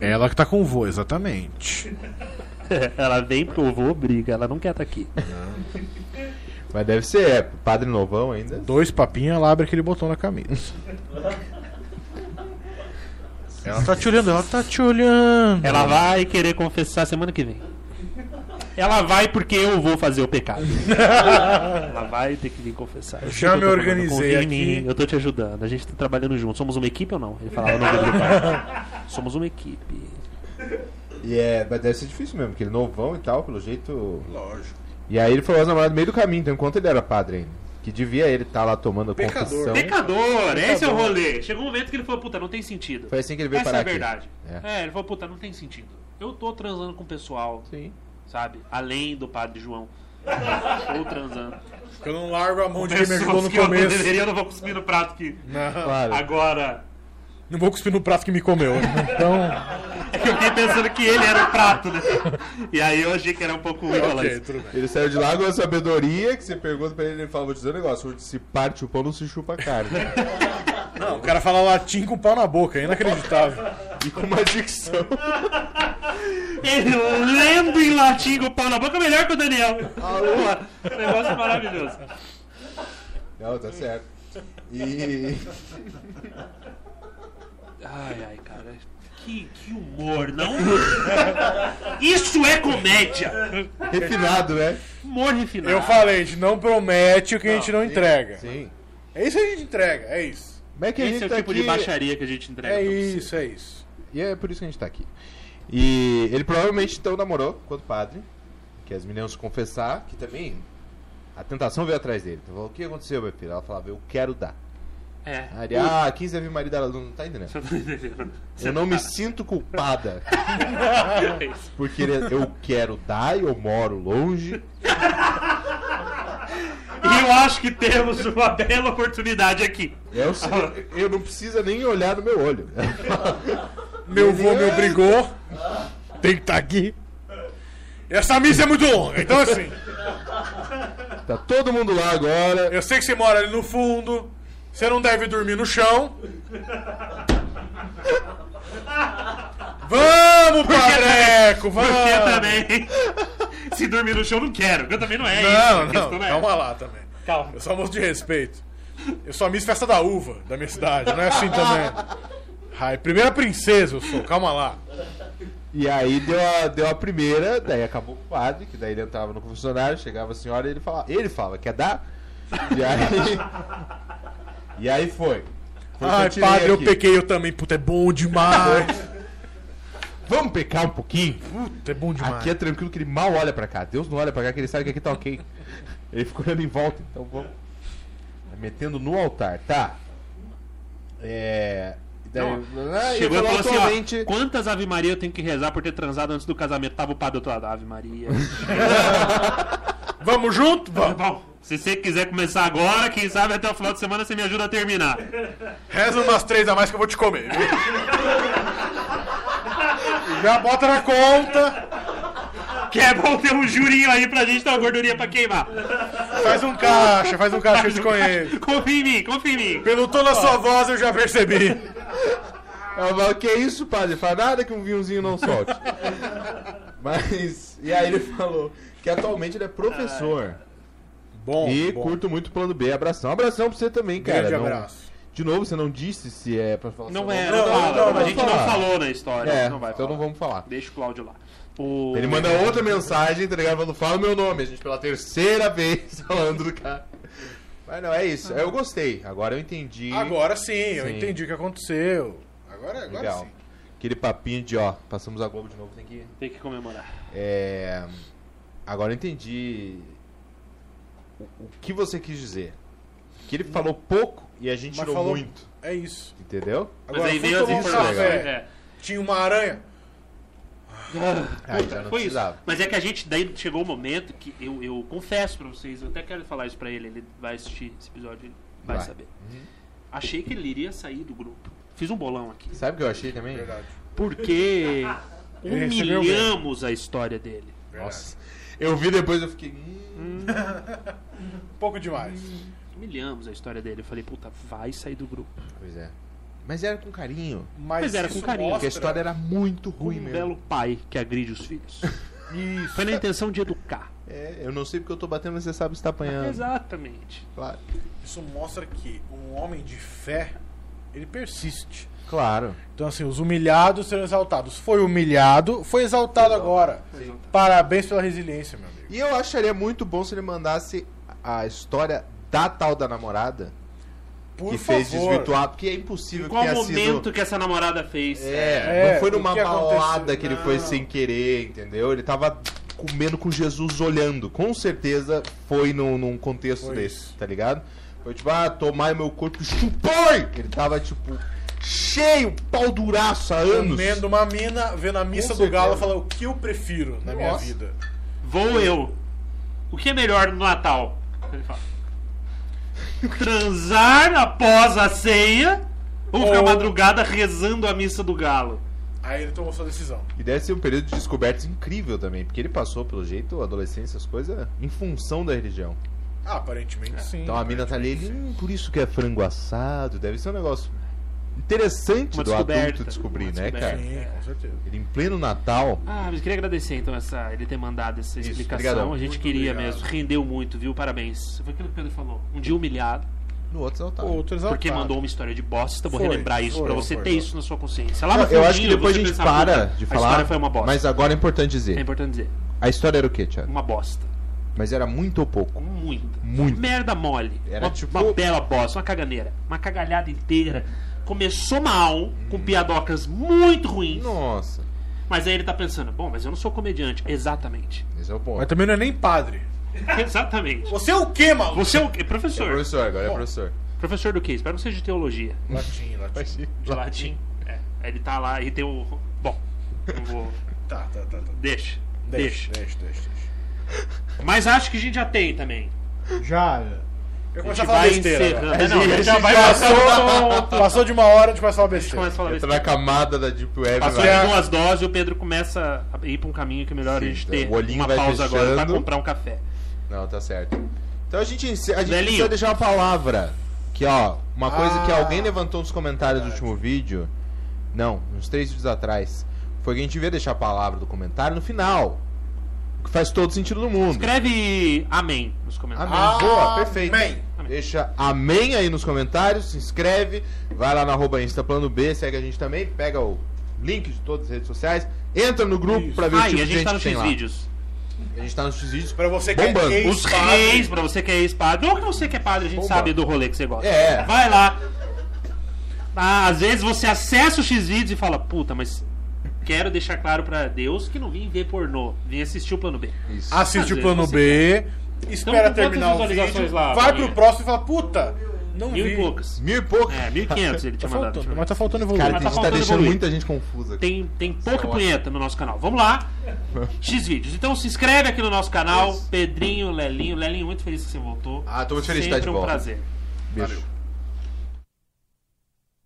Ela que tá com o vô, exatamente. ela vem porque eu vou, briga, ela não quer estar aqui. Mas deve ser, é, padre novão ainda. Dois papinhos, ela abre aquele botão na camisa. Ela tá te olhando, ela tá te olhando. Ela vai querer confessar semana que vem. Ela vai porque eu vou fazer o pecado. Ela vai ter que vir confessar. Eu sei que Já eu tô me falando, organizei confia em aqui. mim, eu tô te ajudando. A gente tá trabalhando junto. Somos uma equipe ou não? Ele falava no ouvido do pai. Somos uma equipe. Então, E é, mas deve ser difícil mesmo, porque ele é novão e tal, pelo jeito. Lógico. E aí ele falou as namoradas no meio do caminho, então enquanto ele era padre ainda. Que devia ele estar lá tomando Pecador. confissão. Pecador, esse é o rolê. Chegou um momento que ele falou, puta, não tem sentido. tá Foi assim que ele veio Essa é parar a aqui. verdade. É. É. ele falou, puta, não tem sentido. Eu tô transando com o pessoal, Sim. sabe? Além do padre João. Tô transando. Eu não largo a mão de quem me Pessoas ajudou no que eu não começo. deveria, eu não vou cuspir no prato que. Não, Claro. Agora. não vou cuspir no prato que me comeu. Então, É que eu fiquei pensando que ele era o prato, né? E aí eu achei que era um pouco o ok, Nicolas. tudo bem. Ele saiu de lá com a sabedoria que você pergunta pra ele, ele fala, vou te dizer um negócio, se parte o pão não se chupa a carne. Não, o cara fala latim com o pau na boca, é inacreditável. e com uma dicção. Ele lendo em latim com o pau na boca é melhor que o Daniel. Pô, Negócio maravilhoso. Não, tá certo. E. Ai, ai, cara. Que, que humor, não? Isso é comédia! Refinado, né? Humor refinado. Eu falei, a gente não promete o que a gente não entrega. Sim. É isso que a gente entrega, é isso. Como é que a Esse gente é o tá tipo aqui... de baixaria que a gente entrega É pra você. isso, é isso. E é por isso que a gente tá aqui. E ele provavelmente então namorou quanto padre, que as meninas confessar, que também a tentação veio atrás dele. Então, falou, o que aconteceu, meu filho? Ela falava, eu quero dar. É. Aí ele, ah, 15 Ave Maria dela não tá entendendo. Você tá entendendo? Eu não me sinto culpada, É isso. porque ele- eu quero dar e eu moro longe. E eu acho que temos uma bela oportunidade aqui. Eu, sei- É eu não precisa nem olhar no meu olho. Meu vô me obrigou. Tem que estar aqui. Essa missa é muito longa, então assim. Tá todo mundo lá agora. Eu sei que você mora ali no fundo. Você não deve dormir no chão. Vamos, Padreco! Vamos! Porque também. Se dormir no chão, não quero. Eu também não é Não, isso. A questão não, é- calma lá também. Calma. Eu sou moço de respeito. Eu sou a Miss Festa da Uva da minha cidade, não é assim também. Ai, primeira princesa eu sou, calma lá. E aí deu a, deu a primeira, daí acabou com o padre, que daí ele entrava no confessionário, chegava a senhora e ele falava, ele fala, quer dar? E aí. e aí foi. Foi o que Ai, tirei padre, eu aqui. pequei eu também. Puta, é bom demais. Vamos pecar um pouquinho? Puta, é bom demais. Aqui é tranquilo que ele mal olha pra cá. Deus não olha pra cá, que ele sabe que aqui tá ok. Ele ficou olhando em volta, então vamos. Metendo no altar, tá? É. e Daí, É, Ah, Chegou e então, ele falou assim, atualmente- ó, quantas Ave Maria eu tenho que rezar por ter transado antes do casamento? Tava o padre do outro lado, Ave Maria. é- Vamos junto? Vamos. Bom, se você quiser começar agora, quem sabe até o final de semana você me ajuda a terminar. Reza umas três a mais que eu vou te comer. Viu? Já bota na conta, Que é bom ter um jurinho aí pra gente dar uma gordurinha pra queimar. faz um caixa, faz um caixa que eu te conheço. Confia em mim, confia em mim. Pelo tom da sua voz eu já percebi. Ela fala, que é isso, padre? Fala nada que um vinhozinho não solte. Mas, e aí ele falou que atualmente ele é professor. Ah, Bom, e bom. curto muito o plano B. Abração. Abração pra você também, cara. Grande Não- abraço. De novo, você não disse se é pra falar Não seu é, nome. não, não, fala. não, não a gente não fala. falou na história. É, não vai então falar. não vamos falar. Deixa o Cláudio lá. O- Ele manda outra mensagem, tá ligado? Falando, fala o meu nome, a gente, pela terceira vez falando do cara. Mas não, é isso. Eu gostei. Agora eu entendi. Agora sim, eu Sim. entendi o que aconteceu. Agora, agora Legal. sim. Aquele papinho de, ó, passamos a Globo de novo, tem que. Tem que comemorar. É, agora eu entendi o, o que você quis dizer. Que ele falou pouco e a gente Mas tirou falou- muito. É isso. Entendeu? Mas Agora, aí fui veio as tomar um informações. café. É. Tinha uma aranha. Aí já não Foi isso. precisava. Mas é que a gente, daí chegou o momento que eu, eu confesso pra vocês, eu até quero falar isso pra ele, ele vai assistir esse episódio, ele Vai. vai, Uhum. saber. Achei que ele iria sair do grupo. Fiz um bolão aqui. Sabe o que eu achei também? Verdade. Porque Ele recebeu humilhamos a história dele. Nossa. Eu vi depois eu fiquei. Hum, Um Pouco demais. Humilhamos a história dele. Eu falei, puta, vai sair do grupo. Pois é. Mas era com carinho. Mas, Mas era isso com carinho, Porque mostra... a história era muito Um ruim mesmo. belo pai que agride os filhos. Isso. Foi na intenção de educar. É, eu não sei porque eu tô batendo, mas você sabe que você tá apanhando. Exatamente. Claro. Isso mostra que um homem de fé, ele persiste. Claro. Então, assim, os humilhados serão exaltados. Foi humilhado, foi exaltado agora. Parabéns pela resiliência, meu amigo. E eu acharia muito bom se ele mandasse a história da tal da namorada Por que favor. fez desvirtuar, porque é impossível Em que qual tenha momento sido. que essa namorada fez? É, É, não foi o numa que aconteceu? balada que ele foi Não. sem querer, entendeu? Ele tava comendo com Jesus olhando. Com certeza foi num, num contexto Foi desse, isso. tá ligado? Foi tipo, ah, tomar meu corpo e chupoi! Ele tava, tipo, cheio, pau duraço há anos. Comendo uma mina, vendo a missa Com do galo, certeza. falar o que eu prefiro na minha Nossa. vida. Vou eu. O que é melhor no Natal? Ele fala. Transar após a ceia ou ficar Ou- madrugada rezando a missa do galo? Aí ele tomou sua decisão. E deve ser um período de descobertas incrível também, porque ele passou, pelo jeito, a adolescência, as coisas, em função da religião. Ah, aparentemente sim. Então a mina tá ali, ele, "Hum, por isso que é frango assado, deve ser um negócio interessante Uma do descoberta, adulto descobrir, uma né, descoberta. cara? Sim, com certeza. Ele em pleno Natal, Ah, mas queria agradecer então essa, ele ter mandado essa Isso, explicação. obrigadão. A gente Muito queria obrigado. mesmo, rendeu muito, viu? Parabéns. Foi aquilo que o Pedro falou. Um dia humilhado, no outro é Natal. Outro exaltado. porque mandou um uma história de bosta. Vou Foi, relembrar isso foi, pra você foi. ter isso na sua consciência. Lá no Ah, eu acho que fundinho, depois a você gente pensar, para puta, de A falar, história foi uma bosta. mas agora é importante É dizer. importante dizer, A história era o quê, Thiago? uma bosta. Mas era muito ou pouco. Muito. Muito. Merda mole. Era uma, tipo- uma bela bosta, uma caganeira. Uma cagalhada inteira. Começou mal, com piadocas muito ruins. Nossa, Mas aí ele tá pensando, bom, mas eu não sou comediante. Exatamente. esse é o ponto. Mas também não é nem padre. Exatamente. Você é o quê, maluco? Você é o quê? Professor. Professor, agora é Bom. professor. Professor do quê? Espero que seja de teologia. Latim, latim. De latim. É. Ele tá lá e tem o. Bom, não vou. Tá, tá, tá. tá. Deixa. Deixa. Deixa, deixa, deixa. deixa. Mas acho que a gente já tem também. Já. A Eu comecei gente a falar vai besteira. encerrando. agora. É, não, a gente já vai passar Passou, passou de uma hora de passar uma besteira. começa a falar Entra besteira. na camada da Deep Web. Passou vai. de duas doses e o Pedro começa a ir pra um caminho que é melhor a Sim, gente então, ter o olhinho uma vai pausa agora pra fechando. comprar um café. Não, tá certo. Então a gente, ence- a gente Velhinho. precisa deixar uma palavra. Que ó, uma coisa Ah, que alguém levantou nos comentários do último vídeo. Não, uns três vídeos atrás. Foi que a gente devia deixar a palavra do comentário no final. O que faz todo sentido no mundo. Escreve amém nos comentários. Amém. Boa, perfeito. Ah, Amém. Deixa amém aí nos comentários, se inscreve, vai lá no arroba Insta Plano B, segue a gente também, pega o link de todas as redes sociais, entra no grupo Isso. pra ver o Ah, tipo e a de gente gente tá que nos tem lá. X-Vídeos. A gente tá nos vídeos. Pra você que é Bombando. ex- Os Padre. reis, pra você que é ex-padre. Ou que você que é padre, a gente Oba. sabe do rolê que você gosta. É. Vai lá. Ah, às vezes você acessa o X-Vídeos e fala, puta, mas quero deixar claro pra Deus que não vim ver pornô, vim assistir o plano B. Isso. Assiste o Fazer, plano você B, Então, espera com terminar quantas o visualizações vídeo, lá, vai Paulinha? pro próximo e fala, puta, não Mil vi. e poucas. Mil e pouco. É, 1500 ele Tá tinha mandado. faltando, deixa eu ver. mas tá faltando evoluir. Cara, Mas a tá gente tá faltando deixando evoluir. muita gente confusa. aqui. Tem, tem pouca é ótimo. punheta no nosso canal. Vamos lá. X vídeos. Então se inscreve aqui no nosso canal. Isso. Pedrinho, Lelinho. Lelinho, muito feliz que você voltou. Ah, tô muito feliz de estar de Sempre um volta. prazer. Beijo. Valeu.